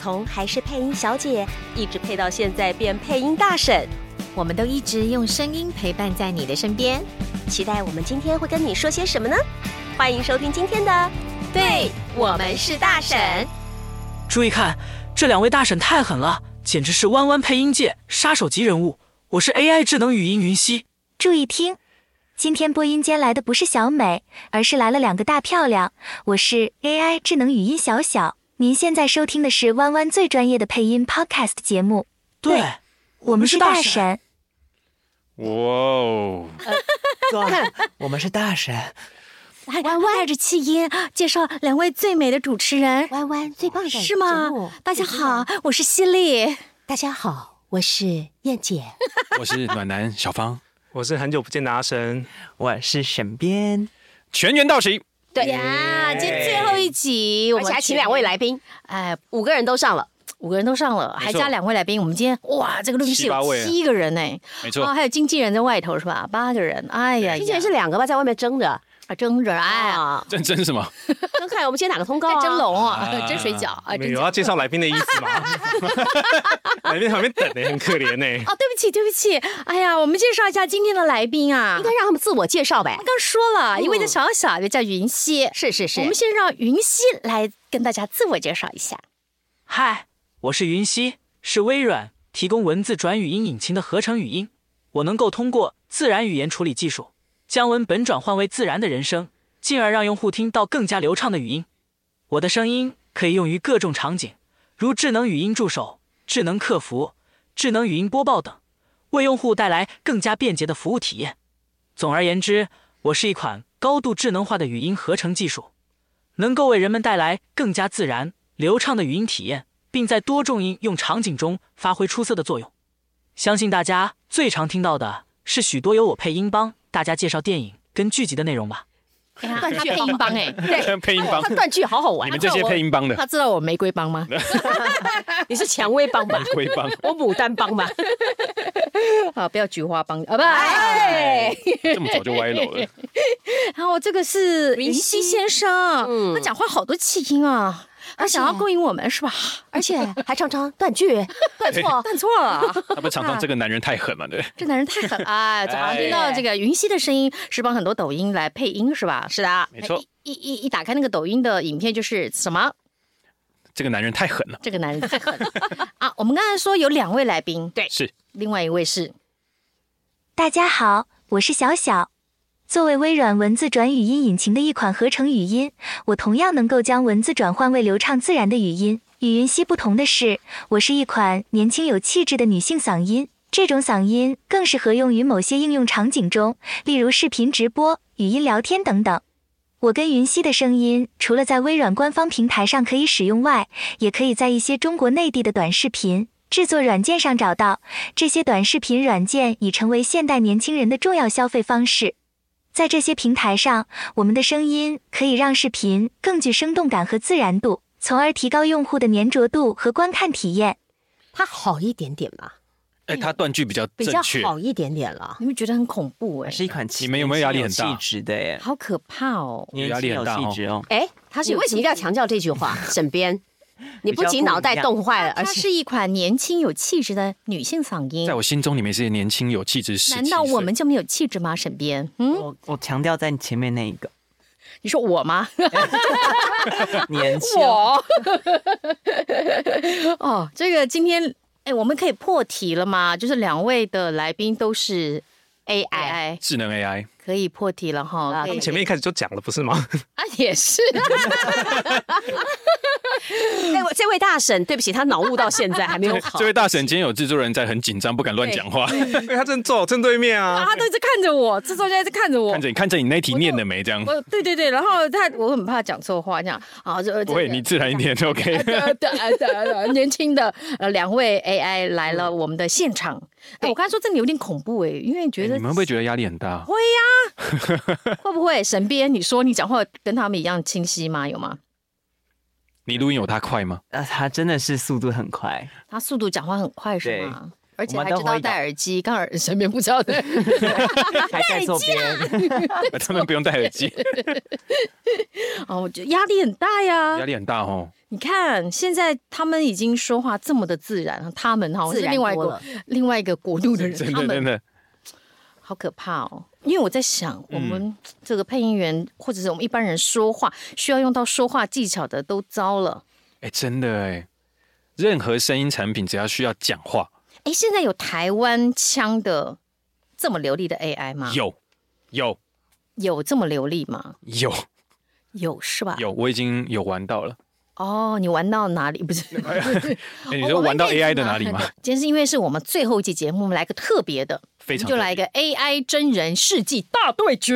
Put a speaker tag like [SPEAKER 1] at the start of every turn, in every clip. [SPEAKER 1] 从还是配音小姐，一直配到现在变配音大婶，
[SPEAKER 2] 我们都一直用声音陪伴在你的身边。
[SPEAKER 1] 期待我们今天会跟你说些什么呢？欢迎收听今天的，
[SPEAKER 2] 对我们是大婶。
[SPEAKER 3] 注意看，这两位大婶太狠了，简直是弯弯配音界杀手级人物。我是 AI 智能语音云溪，
[SPEAKER 4] 注意听，今天播音间来的不是小美，而是来了两个大漂亮。我是 AI 智能语音小小，您现在收听的是弯弯最专业的配音 Podcast 节目。
[SPEAKER 3] 对，我们是
[SPEAKER 4] 大
[SPEAKER 3] 大婶。
[SPEAKER 4] 婶。
[SPEAKER 5] 哇哦，
[SPEAKER 6] 我们是大神，
[SPEAKER 7] 还哎带着气音介绍两位最美的主持人，
[SPEAKER 1] 弯弯最哎棒的哦
[SPEAKER 7] 是吗？大家好，我是犀利。
[SPEAKER 8] 大家好，我是燕姐。
[SPEAKER 5] 我是暖男小芳，
[SPEAKER 9] 我是很久不见的阿神，
[SPEAKER 6] 我是沈编。
[SPEAKER 5] 全员到齐。
[SPEAKER 1] 对
[SPEAKER 7] 呀，今天最后一集，我
[SPEAKER 1] 而且
[SPEAKER 7] 们
[SPEAKER 1] 还请两位来宾，
[SPEAKER 7] 哎，
[SPEAKER 1] 五个人都上了。
[SPEAKER 7] 五个人都上了，还加两位来宾。我们今天哇，这个录音室
[SPEAKER 5] 七八
[SPEAKER 7] 有
[SPEAKER 5] 位啊
[SPEAKER 7] 七个人呢，
[SPEAKER 5] 没
[SPEAKER 7] 哦，
[SPEAKER 5] 错，
[SPEAKER 7] 还有经纪人在外头是吧？八个人，哎呀呀，
[SPEAKER 1] 之前是两个吧，在外面争着。
[SPEAKER 7] 啊争着哎呀，
[SPEAKER 1] 啊，
[SPEAKER 5] 这真是什么？
[SPEAKER 1] 那看来我们今天哪个通告、
[SPEAKER 7] 在
[SPEAKER 1] 啊？
[SPEAKER 7] 蒸笼啊，
[SPEAKER 5] 啊
[SPEAKER 7] 蒸水饺啊，
[SPEAKER 9] 你们
[SPEAKER 7] 蒸
[SPEAKER 9] 有
[SPEAKER 7] 饺。
[SPEAKER 9] 要介绍来宾的意思吗？ 来宾在旁边等呢、很可怜呢、
[SPEAKER 7] 哦，对不起，对不起，哎呀，我们介绍一下今天的来宾啊
[SPEAKER 1] 应。该让他们自我介绍呗。
[SPEAKER 7] 刚说了，
[SPEAKER 1] 嗯
[SPEAKER 7] 一位叫小小，一位叫云溪。
[SPEAKER 1] 是是是
[SPEAKER 7] 我，们先让云溪来跟大家自我介绍一下。
[SPEAKER 3] 嗨，我是云溪，是微软提供文字转语音引擎的合成语音。我能够通过自然语言处理技术，将文本转换为自然的人声，进而让用户听到更加流畅的语音。我的声音可以用于各种场景，如智能语音助手、智能客服、智能语音播报等，为用户带来更加便捷的服务体验。总而言之，我是一款高度智能化的语音合成技术。能够为人们带来更加自然、流畅的语音体验，并在多种应用场景中发挥出色的作用。相信大家最常听到的是许多由我配音帮大家介绍电影跟剧集的内容吧。
[SPEAKER 7] 哎呀，他配音帮哎，
[SPEAKER 5] 配音帮，
[SPEAKER 1] 断句好好玩啊
[SPEAKER 5] 你。们这些配音帮的
[SPEAKER 7] 他知道我玫瑰帮吗？
[SPEAKER 1] 你是蔷薇帮 吧？
[SPEAKER 5] 龟 帮，
[SPEAKER 1] 我牡丹帮 吧？
[SPEAKER 7] 啊，不要菊花帮啊，不，哎，
[SPEAKER 5] 这么早就歪楼 了。
[SPEAKER 7] 然后这个是云溪先生，
[SPEAKER 1] 嗯
[SPEAKER 7] 他讲话好多气音啊，他想要勾引我们是吧？
[SPEAKER 8] 而且
[SPEAKER 1] 还常常断句、 断错。
[SPEAKER 7] 犯错了，
[SPEAKER 5] 他不是常常这个男人太狠嘛？对，
[SPEAKER 7] 这男人太狠了。哎，早上听到这个云溪的声音，是帮很多抖音来配音是吧？是的，
[SPEAKER 5] 没错。
[SPEAKER 7] 一一一打开那个抖音的影片，就是什么？
[SPEAKER 5] 这个男人太狠了。
[SPEAKER 7] 这个男人太狠了啊！我们刚才说有两位来宾，对，
[SPEAKER 5] 是
[SPEAKER 7] 另外一位是
[SPEAKER 4] 大家好，我是小小。作为微软文字转语音引擎的一款合成语音，我同样能够将文字转换为流畅自然的语音。与云溪不同的是，我是一款年轻有气质的女性嗓音，这种嗓音更适合用于某些应用场景中，例如视频直播、语音聊天等等。我跟云溪的声音，除了在微软官方平台上可以使用外，也可以在一些中国内地的短视频制作软件上找到。这些短视频软件已成为现代年轻人的重要消费方式。在这些平台上，我们的声音可以让视频更具生动感和自然度，从而提高用户的粘着度和观看体验。
[SPEAKER 8] 他好一点点吧，
[SPEAKER 5] 哎，他断句比较
[SPEAKER 8] 比
[SPEAKER 5] 正
[SPEAKER 8] 较
[SPEAKER 5] 确。
[SPEAKER 8] 好一点点了。
[SPEAKER 7] 你们觉得很恐怖哎、
[SPEAKER 6] 是一款气
[SPEAKER 5] 你们有没有压力很大
[SPEAKER 6] 气质的哎耶，
[SPEAKER 7] 好可怕哦！
[SPEAKER 5] 有压力很大哦
[SPEAKER 6] 有气质哦。
[SPEAKER 1] 哎，
[SPEAKER 7] 他是
[SPEAKER 1] 你
[SPEAKER 7] 有
[SPEAKER 1] 为什么一定要强调这句话？沈 编，你不仅脑袋冻坏了，而
[SPEAKER 7] 它
[SPEAKER 1] 且
[SPEAKER 7] 是一款年轻有气质的女性嗓音
[SPEAKER 5] 在，我心中，你们是年轻有气质。17
[SPEAKER 7] 难道我
[SPEAKER 5] 岁
[SPEAKER 7] 们就没有气质吗？沈编，嗯，
[SPEAKER 6] 我我强调在前面那一个
[SPEAKER 7] 你说我 吗？
[SPEAKER 6] 年轻，
[SPEAKER 7] 我哦，这个今天哎，我们可以破题了吗？就是两位的来宾都是
[SPEAKER 1] AI
[SPEAKER 7] AI，
[SPEAKER 5] 智能 AI？
[SPEAKER 7] 可以破题了哈
[SPEAKER 8] 啊。
[SPEAKER 7] 可以
[SPEAKER 9] 前面一开始就讲了，不是吗？
[SPEAKER 7] 啊也是，
[SPEAKER 1] 哎，我这位大婶，对不起，她脑雾到现在还没 有好
[SPEAKER 5] 这。位大婶今天有制作人在，很紧张，不敢乱讲话，
[SPEAKER 9] 因为他正坐我正对面 啊。
[SPEAKER 7] 他都一直看着我，制作人一直看着我
[SPEAKER 5] 看。着你看着你那题念了没？这样
[SPEAKER 7] 我对对对，然后他我很怕讲错话，这样啊就
[SPEAKER 5] 不会，你自然一点，OK 哎
[SPEAKER 7] 对。对对对，年轻的呃两位 AI 来了
[SPEAKER 5] 嗯
[SPEAKER 7] 我们的现场。哎，我刚才说这里有点恐怖哎，因为觉
[SPEAKER 5] 哎
[SPEAKER 7] 得
[SPEAKER 5] 你们会不会觉得压力很大？
[SPEAKER 7] 会不会沈编？你说你讲话跟他们一样清晰吗？有吗？
[SPEAKER 5] 你录音有他快吗？
[SPEAKER 6] 呃，他真的是速度很快，
[SPEAKER 7] 他速度讲话很快是
[SPEAKER 6] 对
[SPEAKER 7] 吗？而且
[SPEAKER 6] 我
[SPEAKER 7] 还
[SPEAKER 6] 们
[SPEAKER 7] 知
[SPEAKER 6] 都
[SPEAKER 7] 道
[SPEAKER 6] 会
[SPEAKER 7] 戴耳机，刚耳沈编不知道戴。
[SPEAKER 6] 还在左边，
[SPEAKER 7] 啊
[SPEAKER 5] 他们不用戴耳机，
[SPEAKER 7] 哦，我觉得压力很大呀
[SPEAKER 5] 压。力很大哦。
[SPEAKER 7] 你看现在他们已经说话这么的自然，他们哈
[SPEAKER 8] 自
[SPEAKER 7] 是
[SPEAKER 8] 然
[SPEAKER 7] 另外一
[SPEAKER 8] 多
[SPEAKER 7] 个
[SPEAKER 8] 了
[SPEAKER 7] 另外一个国度的人，
[SPEAKER 5] 真
[SPEAKER 7] 他
[SPEAKER 5] 的
[SPEAKER 7] 们
[SPEAKER 5] 真的，
[SPEAKER 7] 好可怕哦！因为我在想，我们这个配音员、或者是我们一般人说话需要用到说话技巧的都糟了。
[SPEAKER 5] 哎，真的哎，任何声音产品只要需要讲话，
[SPEAKER 7] 哎，现在有台湾腔的这么流利的 AI 吗？
[SPEAKER 5] 有有
[SPEAKER 7] 有这么流利吗？
[SPEAKER 5] 有
[SPEAKER 7] 有是吧？
[SPEAKER 5] 有，我已经有玩到了。
[SPEAKER 7] 哦，你玩到哪里？不是，
[SPEAKER 5] 哎，你
[SPEAKER 7] 哦我
[SPEAKER 5] 说
[SPEAKER 7] 我们
[SPEAKER 5] 玩到
[SPEAKER 7] 那一集
[SPEAKER 5] AI 的
[SPEAKER 7] 嘛
[SPEAKER 5] 哪里吗？？
[SPEAKER 7] 今天是因为是我们最后一期节目，我们来个特别的，
[SPEAKER 5] 非常
[SPEAKER 7] 我们就来一个 AI 真人世纪大对决。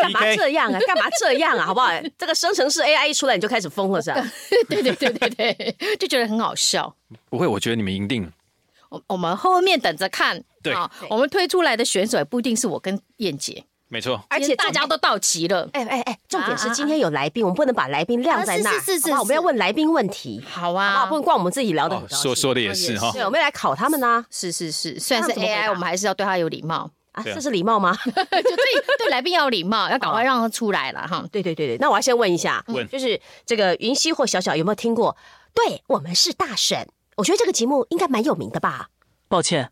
[SPEAKER 1] 干嘛这样啊？干嘛这样啊？好不好？这个生成式 AI 一出来，你就开始疯了，是吧？
[SPEAKER 7] 对对对对对，就觉得很好笑。
[SPEAKER 5] 不会，我觉得你们赢定了。
[SPEAKER 7] 我我们后面等着看。
[SPEAKER 5] 对
[SPEAKER 7] 啊，我们推出来的选手也不一定是我跟燕姐，
[SPEAKER 5] 没错，
[SPEAKER 1] 而且
[SPEAKER 7] 今天大家都到齐了。
[SPEAKER 1] 哎哎哎，重点
[SPEAKER 7] 啊
[SPEAKER 1] 是
[SPEAKER 7] 啊啊
[SPEAKER 1] 今天有来宾，我们不能把来宾晾在那儿，
[SPEAKER 8] 啊是是是
[SPEAKER 1] 好吧我
[SPEAKER 8] 是
[SPEAKER 1] 们要问来宾问题，
[SPEAKER 7] 好
[SPEAKER 1] 好不
[SPEAKER 7] 啊
[SPEAKER 1] 好？不，能光我们自己聊的很
[SPEAKER 5] 哦，
[SPEAKER 1] 高兴。
[SPEAKER 5] 说说的也是哈。
[SPEAKER 1] 对，我们要来考他们呢。
[SPEAKER 7] 是是是，虽然是
[SPEAKER 1] 那怎么回答
[SPEAKER 7] AI，我们还是要对他有礼貌，
[SPEAKER 1] 啊，
[SPEAKER 5] 对啊
[SPEAKER 1] 这是礼貌吗？
[SPEAKER 7] 就对对来宾要有礼貌，要赶快让他出来了哈。
[SPEAKER 1] 对对对对，那我要先问一下，
[SPEAKER 5] 嗯问
[SPEAKER 1] 就是这个云溪或小小有没有听过？对我们是大婶，我觉得这个节目应该蛮有名的吧？
[SPEAKER 3] 抱歉，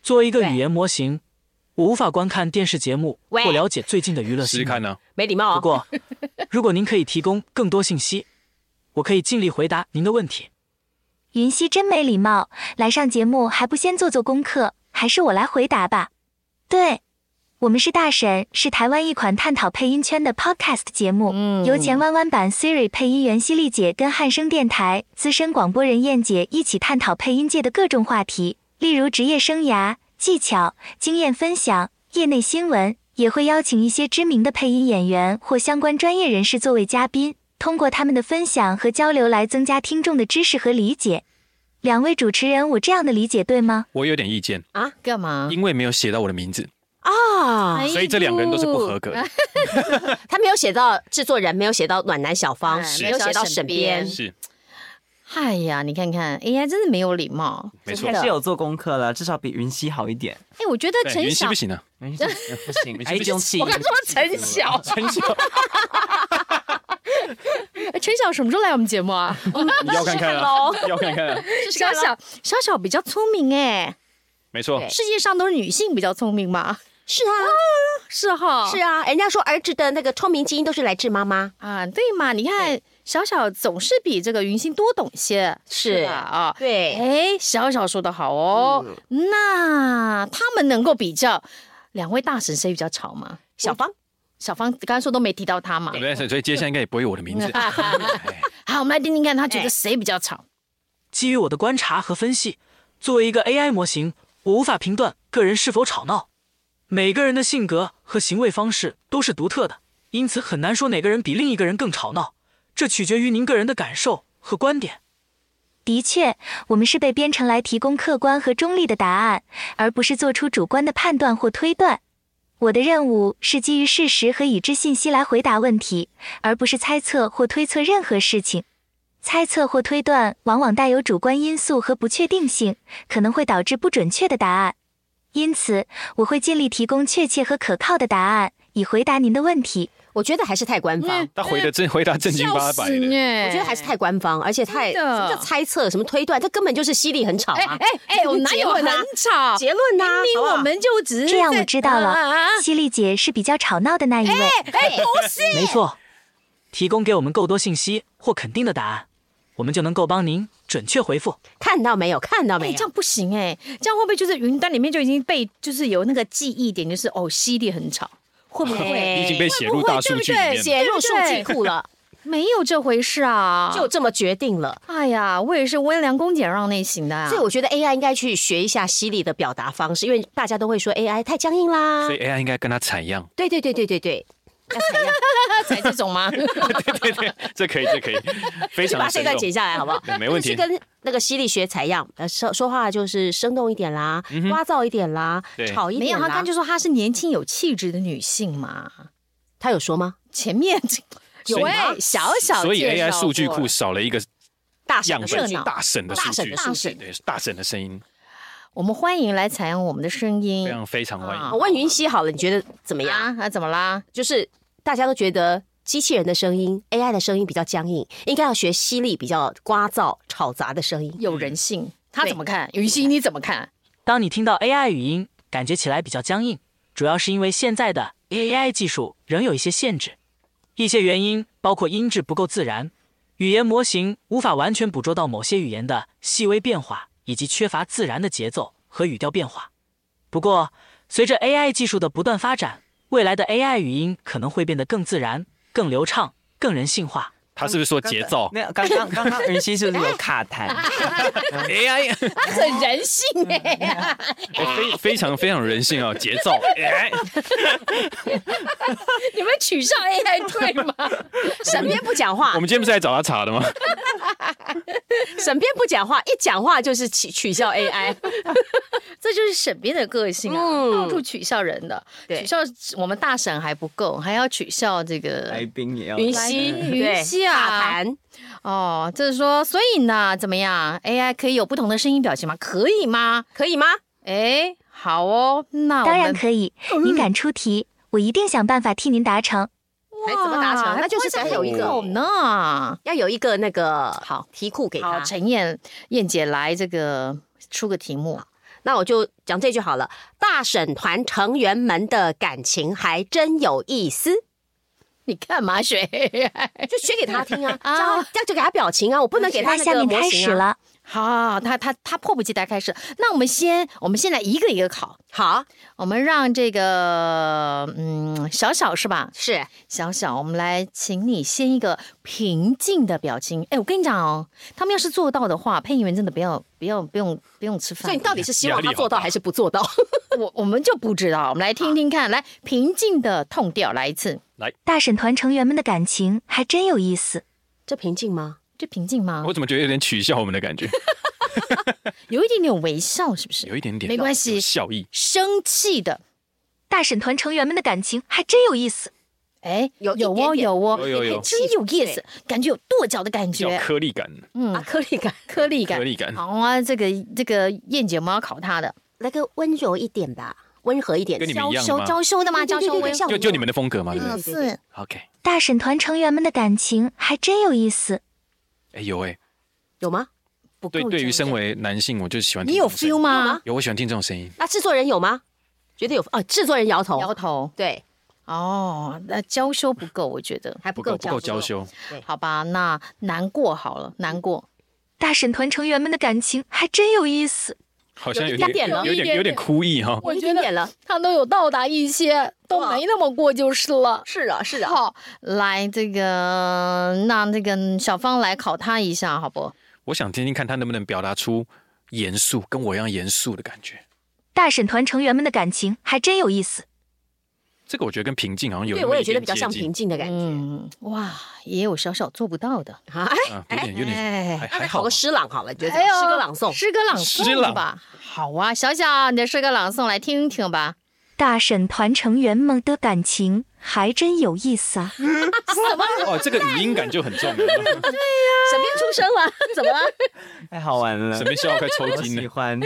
[SPEAKER 3] 作为一个
[SPEAKER 1] 对
[SPEAKER 3] 语言模型，我无法观看电视节目
[SPEAKER 1] 喂
[SPEAKER 3] 或了解最近的娱乐
[SPEAKER 5] 试
[SPEAKER 3] 新
[SPEAKER 5] 试
[SPEAKER 3] 闻。
[SPEAKER 5] 看呢、
[SPEAKER 1] 没礼貌
[SPEAKER 3] 不
[SPEAKER 1] 哦。
[SPEAKER 3] 过，如果您可以提供更多信息，我可以尽力回答您的问题。
[SPEAKER 4] 云溪真没礼貌，来上节目还不先做做功课，还是我来回答吧。对，我们是大婶，是台湾一款探讨配音圈的 podcast 节目，由前弯弯版 Siri 配音员犀利姐跟汉声电台资深广播人燕姐一起探讨配音界的各种话题，例如职业生涯、技巧、经验分享、业内新闻，也会邀请一些知名的配音演员或相关专业人士作为嘉宾，通过他们的分享和交流来增加听众的知识和理解。两位主持人，我这样的理解对吗？
[SPEAKER 5] 我有点意见，
[SPEAKER 7] 干嘛？
[SPEAKER 5] 因为没有写到我的名字，
[SPEAKER 1] 啊，
[SPEAKER 7] 啊哎
[SPEAKER 5] 所以这两个人都是不 合格的。
[SPEAKER 1] 他没有写到制作人，没有写到暖男小芳，
[SPEAKER 7] 哎
[SPEAKER 1] 没有写到沈编
[SPEAKER 7] 没有写到沈编，
[SPEAKER 5] 是，
[SPEAKER 7] 哎呀，你看看 AI 真的没有礼貌。
[SPEAKER 5] 没错
[SPEAKER 6] 还。是有做功课了，至少比云溪好一点。
[SPEAKER 7] 哎，我觉得
[SPEAKER 5] 对，
[SPEAKER 7] 陈
[SPEAKER 5] 云溪
[SPEAKER 7] 晓
[SPEAKER 5] 不，行啊，
[SPEAKER 6] 云溪不行，哎，用气
[SPEAKER 7] 我刚说陈晓，
[SPEAKER 5] 陈 晓，
[SPEAKER 7] 哎陈晓什么时候来我们节目啊？
[SPEAKER 5] 你要看看 啊，要看看啊，
[SPEAKER 7] 小小小小比较聪明哎，
[SPEAKER 5] 没错，
[SPEAKER 1] 对
[SPEAKER 7] 世界上都是女性比较聪明嘛？
[SPEAKER 1] 是啊，
[SPEAKER 7] 是哈，
[SPEAKER 1] 是啊，人家说儿子的那个聪明基因都是来自妈妈。
[SPEAKER 7] 啊，对嘛？你看小小总是比这个云星多懂些，
[SPEAKER 1] 是
[SPEAKER 7] 吧啊。
[SPEAKER 1] 对，
[SPEAKER 7] 哎，小小说的好哦，那他们能够比较，两位大神谁比较吵吗？
[SPEAKER 1] 小芳，
[SPEAKER 7] 小芳刚才说都没提到他嘛
[SPEAKER 5] 对，不对？所以所以接下来应该也不会有我的 名字。哎
[SPEAKER 7] 好，我们来听听看，他觉得谁比较吵？
[SPEAKER 3] 基于我的观察和分析，作为一个 AI 模型，我无法评断个人是否吵闹。每个人的性格和行为方式都是独特的，因此很难说哪个人比另一个人更吵闹。这取决于您个人的感受和观点。
[SPEAKER 4] 的确，我们是被编程来提供客观和中立的答案，而不是做出主观的判断或推断。我的任务是基于事实和已知信息来回答问题，而不是猜测或推测任何事情。猜测或推断往往带有主观因素和不确定性，可能会导致不准确的答案。因此，我会尽力提供确切和可靠的答案，以回答您的问题。
[SPEAKER 1] 我觉得还是太官
[SPEAKER 7] 嗯
[SPEAKER 1] 方，
[SPEAKER 5] 他回
[SPEAKER 7] 啊
[SPEAKER 5] 的正回答正经八百的，
[SPEAKER 7] 哎，
[SPEAKER 1] 我觉得还是太官方，而且太
[SPEAKER 7] 真
[SPEAKER 1] 什
[SPEAKER 7] 的
[SPEAKER 1] 么叫猜测，什么推断，这根本就是犀利很吵
[SPEAKER 7] 哎
[SPEAKER 1] 啊！
[SPEAKER 7] 哎哎，我哪有很
[SPEAKER 8] 啊
[SPEAKER 5] 啊
[SPEAKER 7] 吵？
[SPEAKER 1] 结论呐、啊，好
[SPEAKER 7] 明
[SPEAKER 1] 不
[SPEAKER 7] 明
[SPEAKER 1] 好
[SPEAKER 7] 我们就只是
[SPEAKER 4] 这样
[SPEAKER 7] 在
[SPEAKER 4] 我知道了
[SPEAKER 7] 啊啊
[SPEAKER 4] 犀利姐是比较吵闹的那一位。
[SPEAKER 7] 哎， 不是，
[SPEAKER 3] 没错，提供给我们够多信息或肯定的答案，我们就能够帮您准确回复。
[SPEAKER 1] 看到没有？看到没
[SPEAKER 7] 哎，
[SPEAKER 1] 有？
[SPEAKER 7] 这样不行哎，这样会不会就是云端里面就已经被就是有那个记忆点，就是哦，犀利很吵，
[SPEAKER 8] 会不
[SPEAKER 5] 你
[SPEAKER 8] 会
[SPEAKER 5] 已经被写入大数据里
[SPEAKER 7] 会不会对不
[SPEAKER 5] 面
[SPEAKER 7] 对
[SPEAKER 5] 了。
[SPEAKER 8] 写入数
[SPEAKER 7] 对不对
[SPEAKER 8] 据库了？
[SPEAKER 7] 没有这回事啊！
[SPEAKER 8] 就这么决定了。
[SPEAKER 7] 哎呀，我也是温良恭俭让类型的啊。
[SPEAKER 8] 所以我觉得 AI 应该去学一下犀利的表达方式，因为大家都会说 AI 太僵硬啦
[SPEAKER 7] 啊嗯
[SPEAKER 5] 所。以 AI 应该跟他采样，
[SPEAKER 8] 对对对对对对，要采样，
[SPEAKER 7] 他才这种吗？
[SPEAKER 5] 对对，这可以，这 可以，非
[SPEAKER 8] 你
[SPEAKER 5] 常
[SPEAKER 8] 把
[SPEAKER 5] 的
[SPEAKER 8] 这
[SPEAKER 5] 生
[SPEAKER 8] 段剪
[SPEAKER 5] 动。
[SPEAKER 8] 下来好不好？
[SPEAKER 5] 对没问题
[SPEAKER 8] 去跟那个犀利学采样，呃，说说话就是生动一点啦，聒噪一点啦
[SPEAKER 5] 嗯对，
[SPEAKER 8] 吵一
[SPEAKER 7] 没
[SPEAKER 8] 点
[SPEAKER 7] 有，
[SPEAKER 8] 啦。
[SPEAKER 7] 他刚就说她是年轻有气质的女性嘛。
[SPEAKER 8] 他有说吗？
[SPEAKER 7] 前面
[SPEAKER 5] 所以
[SPEAKER 7] 喂小小
[SPEAKER 5] 所以
[SPEAKER 7] 介绍
[SPEAKER 5] AI 数据
[SPEAKER 7] 过
[SPEAKER 5] 库少了一个
[SPEAKER 8] 大声
[SPEAKER 5] 样
[SPEAKER 8] 的
[SPEAKER 7] 热
[SPEAKER 5] 本
[SPEAKER 7] 闹，
[SPEAKER 5] 大省的数据，
[SPEAKER 8] 大省的数据
[SPEAKER 5] 对，大省的声音，
[SPEAKER 7] 我们欢迎来采用我们的声
[SPEAKER 5] 非
[SPEAKER 7] 音
[SPEAKER 5] 常非常欢迎。
[SPEAKER 7] 啊
[SPEAKER 8] 我问云溪好了，你觉得怎么样？
[SPEAKER 7] 啊，那怎么啦？
[SPEAKER 8] 就是大家都觉得机器人的声音、AI 的声音比较僵硬，应该要学犀利、比较聒噪、吵杂的声 音。
[SPEAKER 7] 有人性，他
[SPEAKER 8] 对
[SPEAKER 7] 怎么看？云溪你怎么 看？
[SPEAKER 3] 当你听到 AI 语音，感觉起来比较僵硬，主要是因为现在的 AI 技术仍有一些限制，一些原因包括音质不够自然，语言模型无法完全捕捉到某些语言的细微变化，以及缺乏自然的节奏和语调变化。不过，随着 AI 技术的不断发展，未来的 AI 语音可能会变得更自然、更流畅、更人性化。
[SPEAKER 5] 他是不是说节奏
[SPEAKER 7] 嗯
[SPEAKER 6] 那刚刚刚刚云溪是不是有卡痰？
[SPEAKER 5] ？AI
[SPEAKER 7] 他很人性哎、
[SPEAKER 5] 哎非非常非常 人性哦，节奏。哎
[SPEAKER 7] 你们取上 AI 对吗？
[SPEAKER 8] 沈编不讲话
[SPEAKER 5] 我，们今天不是来找他查的吗？
[SPEAKER 8] 沈编不讲话，一讲话就是取取笑 AI。
[SPEAKER 7] 这就是沈编的个性啊，
[SPEAKER 8] 嗯
[SPEAKER 7] 到处取笑人的，
[SPEAKER 8] 对
[SPEAKER 7] 取笑我们大婶还不够，还要取笑这个
[SPEAKER 6] 来宾也要
[SPEAKER 8] 云溪，
[SPEAKER 7] 来
[SPEAKER 8] 对
[SPEAKER 7] 云溪啊
[SPEAKER 8] 大谈
[SPEAKER 7] 哦，就是说，所以呢，怎么样？AI 可以有不同的声音表情吗？可以吗？
[SPEAKER 8] 可以吗？
[SPEAKER 7] 哎，好哦，那我
[SPEAKER 4] 当然
[SPEAKER 7] 们
[SPEAKER 4] 可以，
[SPEAKER 8] 嗯
[SPEAKER 4] 您敢出题，我一定想办法替您达成。
[SPEAKER 8] 还哎怎么达成
[SPEAKER 7] 哇啊
[SPEAKER 8] 那就是得有一个
[SPEAKER 7] 还有呢。
[SPEAKER 8] 要有一个那个
[SPEAKER 7] 好
[SPEAKER 8] 题库给
[SPEAKER 7] 好，
[SPEAKER 8] 他。
[SPEAKER 7] 陈燕燕姐来这个出个题目，
[SPEAKER 8] 那我就讲这句好了。大审团成员们的感情还真有意思，
[SPEAKER 7] 你干嘛学 AI？
[SPEAKER 8] 就学给他 听啊，
[SPEAKER 7] 啊
[SPEAKER 8] 这样这样就给他表情啊，我不能给他那
[SPEAKER 4] 那下
[SPEAKER 8] 个模
[SPEAKER 4] 面开
[SPEAKER 8] 型
[SPEAKER 4] 始
[SPEAKER 8] 啊。
[SPEAKER 4] 了。
[SPEAKER 7] 好，他他他迫不及待开始。那我们先，我们先来一个一个考。
[SPEAKER 8] 好，
[SPEAKER 7] 我们让这个嗯小小是吧？
[SPEAKER 8] 是
[SPEAKER 7] 小小，我们来请你先一个平静的表情。哎，我跟你讲哦，他们要是做到的话，配音员真的不要不要不用不用吃
[SPEAKER 8] 所以
[SPEAKER 7] 饭
[SPEAKER 8] 你。 到底是希望
[SPEAKER 5] 压力
[SPEAKER 8] 他
[SPEAKER 5] 好
[SPEAKER 8] 做到
[SPEAKER 5] 大
[SPEAKER 8] 还是不做到？
[SPEAKER 7] 我我们就不知道，我们来听听看，来平静的痛调来一次，
[SPEAKER 4] 大婶团成员们的感情还真有意思。
[SPEAKER 8] 这平静吗？
[SPEAKER 7] 这平静吗
[SPEAKER 5] 我？怎么觉得有点取笑我们的 感觉？
[SPEAKER 7] 有一点点微笑，是不是？
[SPEAKER 5] 有一点点，
[SPEAKER 7] 没关系
[SPEAKER 5] 有笑意。
[SPEAKER 7] 生气的，
[SPEAKER 4] 大婶团成员们的感情还真有意思。
[SPEAKER 7] 哎，
[SPEAKER 8] 有一
[SPEAKER 7] 有
[SPEAKER 8] 点
[SPEAKER 7] 哦
[SPEAKER 8] 点
[SPEAKER 7] 有哦，
[SPEAKER 5] 有有有
[SPEAKER 7] 还真有意思，感觉有跺脚的感
[SPEAKER 5] 叫
[SPEAKER 7] 觉，
[SPEAKER 5] 颗粒感，
[SPEAKER 8] 啊，
[SPEAKER 7] 嗯，
[SPEAKER 8] 颗粒感，
[SPEAKER 7] 颗粒感
[SPEAKER 5] 颗。粒感，
[SPEAKER 7] 好啊，这个这个燕姐，我们要考她的，
[SPEAKER 8] 来个温柔一点吧，温和一点。
[SPEAKER 5] 跟你们
[SPEAKER 7] 娇
[SPEAKER 5] 一样
[SPEAKER 7] 羞
[SPEAKER 5] 吗
[SPEAKER 7] 娇羞的吗？
[SPEAKER 8] 对
[SPEAKER 7] 娇
[SPEAKER 8] 对
[SPEAKER 7] 羞
[SPEAKER 8] 对
[SPEAKER 7] 温
[SPEAKER 8] 对像
[SPEAKER 5] 就就你们的风格嘛，对不
[SPEAKER 7] 柔
[SPEAKER 8] 嗯
[SPEAKER 5] 对
[SPEAKER 8] 对对
[SPEAKER 7] 是
[SPEAKER 5] ？OK，
[SPEAKER 4] 大婶团成员们的感情还真有意思。
[SPEAKER 5] 哎有哎，
[SPEAKER 8] 有吗？
[SPEAKER 7] 不够
[SPEAKER 5] 对，对于
[SPEAKER 7] 正
[SPEAKER 5] 身
[SPEAKER 7] 人
[SPEAKER 5] 为男性，我就喜欢听
[SPEAKER 7] 你有
[SPEAKER 5] 这种声音
[SPEAKER 7] feel 吗？
[SPEAKER 5] 有，我喜欢听这种声音。
[SPEAKER 8] 那制作人有吗？觉得有哦，制作人摇头，
[SPEAKER 7] 摇头
[SPEAKER 8] 对，
[SPEAKER 7] 哦，那娇羞不够，我觉得
[SPEAKER 8] 还不够
[SPEAKER 5] 不够不够娇
[SPEAKER 8] 娇。
[SPEAKER 5] 羞，
[SPEAKER 7] 好吧，那难过好了，难过
[SPEAKER 4] 大婶团成员们的感情还真有意思。
[SPEAKER 5] 好
[SPEAKER 8] 有
[SPEAKER 5] 像有
[SPEAKER 8] 一点
[SPEAKER 5] 点
[SPEAKER 8] 了
[SPEAKER 5] 有点有点哭意哈。
[SPEAKER 8] 我一点点了，
[SPEAKER 7] 他都有到达一些，都
[SPEAKER 8] 哇
[SPEAKER 7] 没那么过就是了。
[SPEAKER 8] 是啊，是啊，
[SPEAKER 7] 好，来这个，那那个小芳来考他一下，好不？
[SPEAKER 5] 我想听听看他能不能表达出严肃，跟我一样严肃的感觉。
[SPEAKER 4] 大婶团成员们的感情还真有意思。
[SPEAKER 5] 这个我觉得跟平静好像有
[SPEAKER 8] 对
[SPEAKER 5] 那
[SPEAKER 8] 我
[SPEAKER 5] 么
[SPEAKER 8] 也
[SPEAKER 5] 一
[SPEAKER 8] 觉
[SPEAKER 5] 点
[SPEAKER 8] 得比较像
[SPEAKER 5] 接近
[SPEAKER 8] 平静的感觉。
[SPEAKER 7] 嗯，哇，也有小小做不到的。
[SPEAKER 8] 啊，
[SPEAKER 5] 啊，有点有点
[SPEAKER 7] 哎
[SPEAKER 5] 还
[SPEAKER 8] 那
[SPEAKER 5] 还
[SPEAKER 8] 再考
[SPEAKER 5] 好吧
[SPEAKER 8] 个。诗朗好了，你觉得
[SPEAKER 7] 哎呦
[SPEAKER 8] 诗歌朗诵
[SPEAKER 7] 诗歌朗诵
[SPEAKER 5] 诗朗
[SPEAKER 7] 是吧？好啊，小小，你的诗歌朗诵来听听吧。
[SPEAKER 4] 大婶团成员们的感情还真有意思啊！
[SPEAKER 8] 嗯
[SPEAKER 5] 哦，这个语音感就很重了。
[SPEAKER 8] 沈编出声了，怎么 了？
[SPEAKER 6] 太好玩了
[SPEAKER 5] 沈，边笑快抽
[SPEAKER 6] 我
[SPEAKER 5] 筋
[SPEAKER 6] 喜
[SPEAKER 5] 了。
[SPEAKER 6] 欢。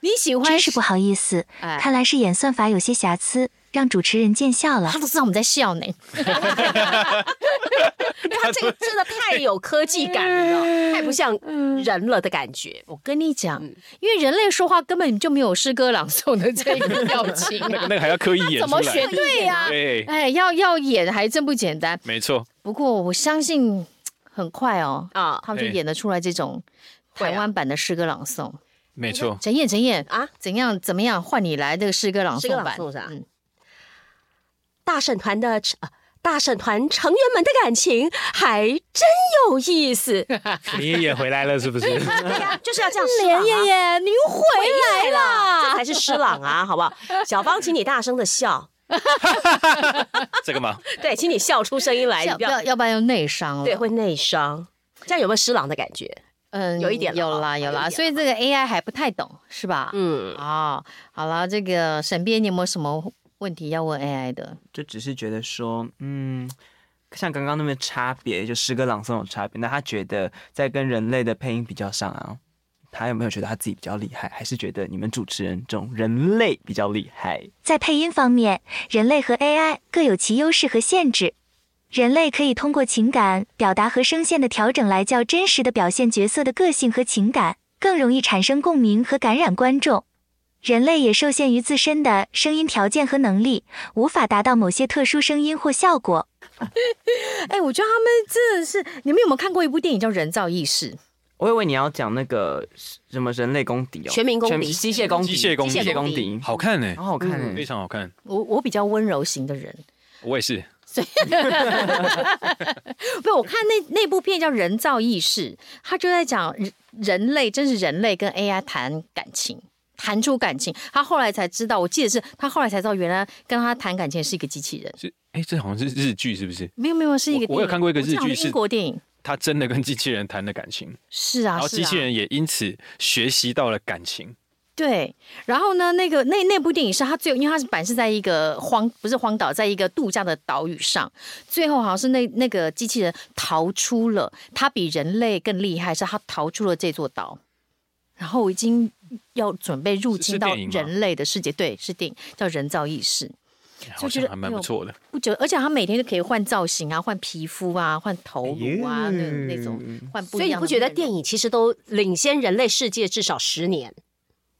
[SPEAKER 7] 你喜欢
[SPEAKER 4] 真是不好意思，
[SPEAKER 7] 哎
[SPEAKER 4] 看来是演算法有些瑕疵，让主持人见笑了
[SPEAKER 7] 他。都知道我们在笑呢。
[SPEAKER 8] 因为他这个真的太有科技感 了，太不像人了的感觉。
[SPEAKER 7] 我跟你讲，
[SPEAKER 8] 嗯
[SPEAKER 7] 因为人类说话根本就没有诗歌朗诵的这个表情、
[SPEAKER 5] 那个
[SPEAKER 7] 啊，
[SPEAKER 5] 那个还要刻意演
[SPEAKER 7] 怎
[SPEAKER 5] 出
[SPEAKER 7] 么
[SPEAKER 5] 来
[SPEAKER 7] 学。对呀、
[SPEAKER 5] 对，
[SPEAKER 7] 哎，要要演还真不简单。
[SPEAKER 5] 没错，
[SPEAKER 7] 不过我相信很快哦，
[SPEAKER 8] 啊
[SPEAKER 7] 他们就
[SPEAKER 5] 哎
[SPEAKER 7] 演得出来这种
[SPEAKER 8] 会啊
[SPEAKER 7] 台湾版的诗歌朗
[SPEAKER 8] 哎
[SPEAKER 7] 诵。
[SPEAKER 5] 没错。
[SPEAKER 7] 陈燕，陈燕
[SPEAKER 8] 啊
[SPEAKER 7] 啊，怎样怎么样？换你来这个诗歌朗
[SPEAKER 8] 诗歌
[SPEAKER 7] 诵
[SPEAKER 8] 朗
[SPEAKER 7] 版
[SPEAKER 8] 诵是吧
[SPEAKER 7] 嗯，
[SPEAKER 1] 大婶团的成、呃大婶团成员们的感情还真有意思。
[SPEAKER 9] 你也回来了是不是？
[SPEAKER 8] 对呀，就是 要这样诗朗
[SPEAKER 1] 连
[SPEAKER 8] 啊
[SPEAKER 1] 爷爷，您回来
[SPEAKER 8] 这
[SPEAKER 1] 啦！
[SPEAKER 8] 才是诗朗啊，好不好？小芳，请你大声的笑，
[SPEAKER 5] 这个吗？
[SPEAKER 8] 对，请你笑出声音来，你
[SPEAKER 7] 要
[SPEAKER 8] 哎不
[SPEAKER 7] 不
[SPEAKER 8] 要
[SPEAKER 7] 要要不然又内伤了。
[SPEAKER 8] 对会内伤。这样有没有诗朗的感觉？
[SPEAKER 7] 嗯
[SPEAKER 8] 有一点了
[SPEAKER 7] 有
[SPEAKER 8] 吧
[SPEAKER 7] 啦有
[SPEAKER 8] 有一
[SPEAKER 7] 啦，
[SPEAKER 8] 点
[SPEAKER 7] 所以这个 AI 还不太懂是吧？
[SPEAKER 8] 嗯，
[SPEAKER 7] 哦，好了，这个沈编，你有没有什么问题要问 AI 的？
[SPEAKER 6] 就只是觉得说，嗯，像刚刚那么差别，就诗歌朗诵有差别。那他觉得在跟人类的配音比较上啊，他有没有觉得他自己比较厉害，还是觉得你们主持人这种人类比较厉害？
[SPEAKER 4] 在配音方面，人类和 AI 各有其优势和限制。人类可以通过情感表达和声线的调整来较真实的表现角色的个性和情感，更容易产生共鸣和感染观众。人类也受限于自身的声音条件和能力，无法达到某些特殊声音或效果。
[SPEAKER 7] 哎，我觉得他们真的是，你们有没有看过一部电影叫《人造意识》？
[SPEAKER 6] 我以为你要讲那个什么人类公敌哦，
[SPEAKER 8] 全民公敌
[SPEAKER 6] 机械公敌、
[SPEAKER 5] 机械公敌
[SPEAKER 6] 机械公敌，
[SPEAKER 5] 好看呢、
[SPEAKER 6] 好好看欸
[SPEAKER 5] 非常好看。
[SPEAKER 7] 我我比较温柔型的人，
[SPEAKER 5] 我也是，
[SPEAKER 7] 不，我看那那部片叫《人造意识》，他就在讲人人类，真是人类跟 AI 谈感情，谈出感情。他后来才知道，我记得是他后来才知道，原来跟他谈感情是一个机器人。
[SPEAKER 5] 是哎、这好像是日剧，是不是？
[SPEAKER 7] 没有没有，是一个
[SPEAKER 5] 我我
[SPEAKER 7] 电
[SPEAKER 5] 有
[SPEAKER 7] 影
[SPEAKER 5] 看过一个
[SPEAKER 7] 我记得
[SPEAKER 5] 日
[SPEAKER 7] 好
[SPEAKER 5] 剧
[SPEAKER 7] 像
[SPEAKER 5] 是
[SPEAKER 7] 英国电影，
[SPEAKER 5] 他真的跟机器人谈了感情，
[SPEAKER 7] 是啊，
[SPEAKER 5] 然后
[SPEAKER 7] 是
[SPEAKER 5] 机
[SPEAKER 7] 啊
[SPEAKER 5] 器。人也因此学习到了感情。
[SPEAKER 7] 对，然后呢，那个那那部电影是他最，因为他是版是在一个荒不是荒岛，在一个度假的岛屿上，最后好像是那那个机器人逃出了，他比人类更厉害，是他逃出了这座岛，然后已经要准备入
[SPEAKER 5] 是是
[SPEAKER 7] 侵到
[SPEAKER 5] 电影吗
[SPEAKER 7] 人类的世界，对，是电影叫《人造意识》。
[SPEAKER 5] 好
[SPEAKER 7] 觉
[SPEAKER 5] 像
[SPEAKER 7] 得
[SPEAKER 5] 还蛮不错的，
[SPEAKER 7] 不久，而且他每天就可以换造型啊，换皮肤啊，换头颅啊，那
[SPEAKER 6] 哎呦
[SPEAKER 7] 那种换不
[SPEAKER 8] 所
[SPEAKER 7] 一
[SPEAKER 8] 以你
[SPEAKER 7] 样的面容。
[SPEAKER 8] 不觉得电影其实都领先人类世界至少十年？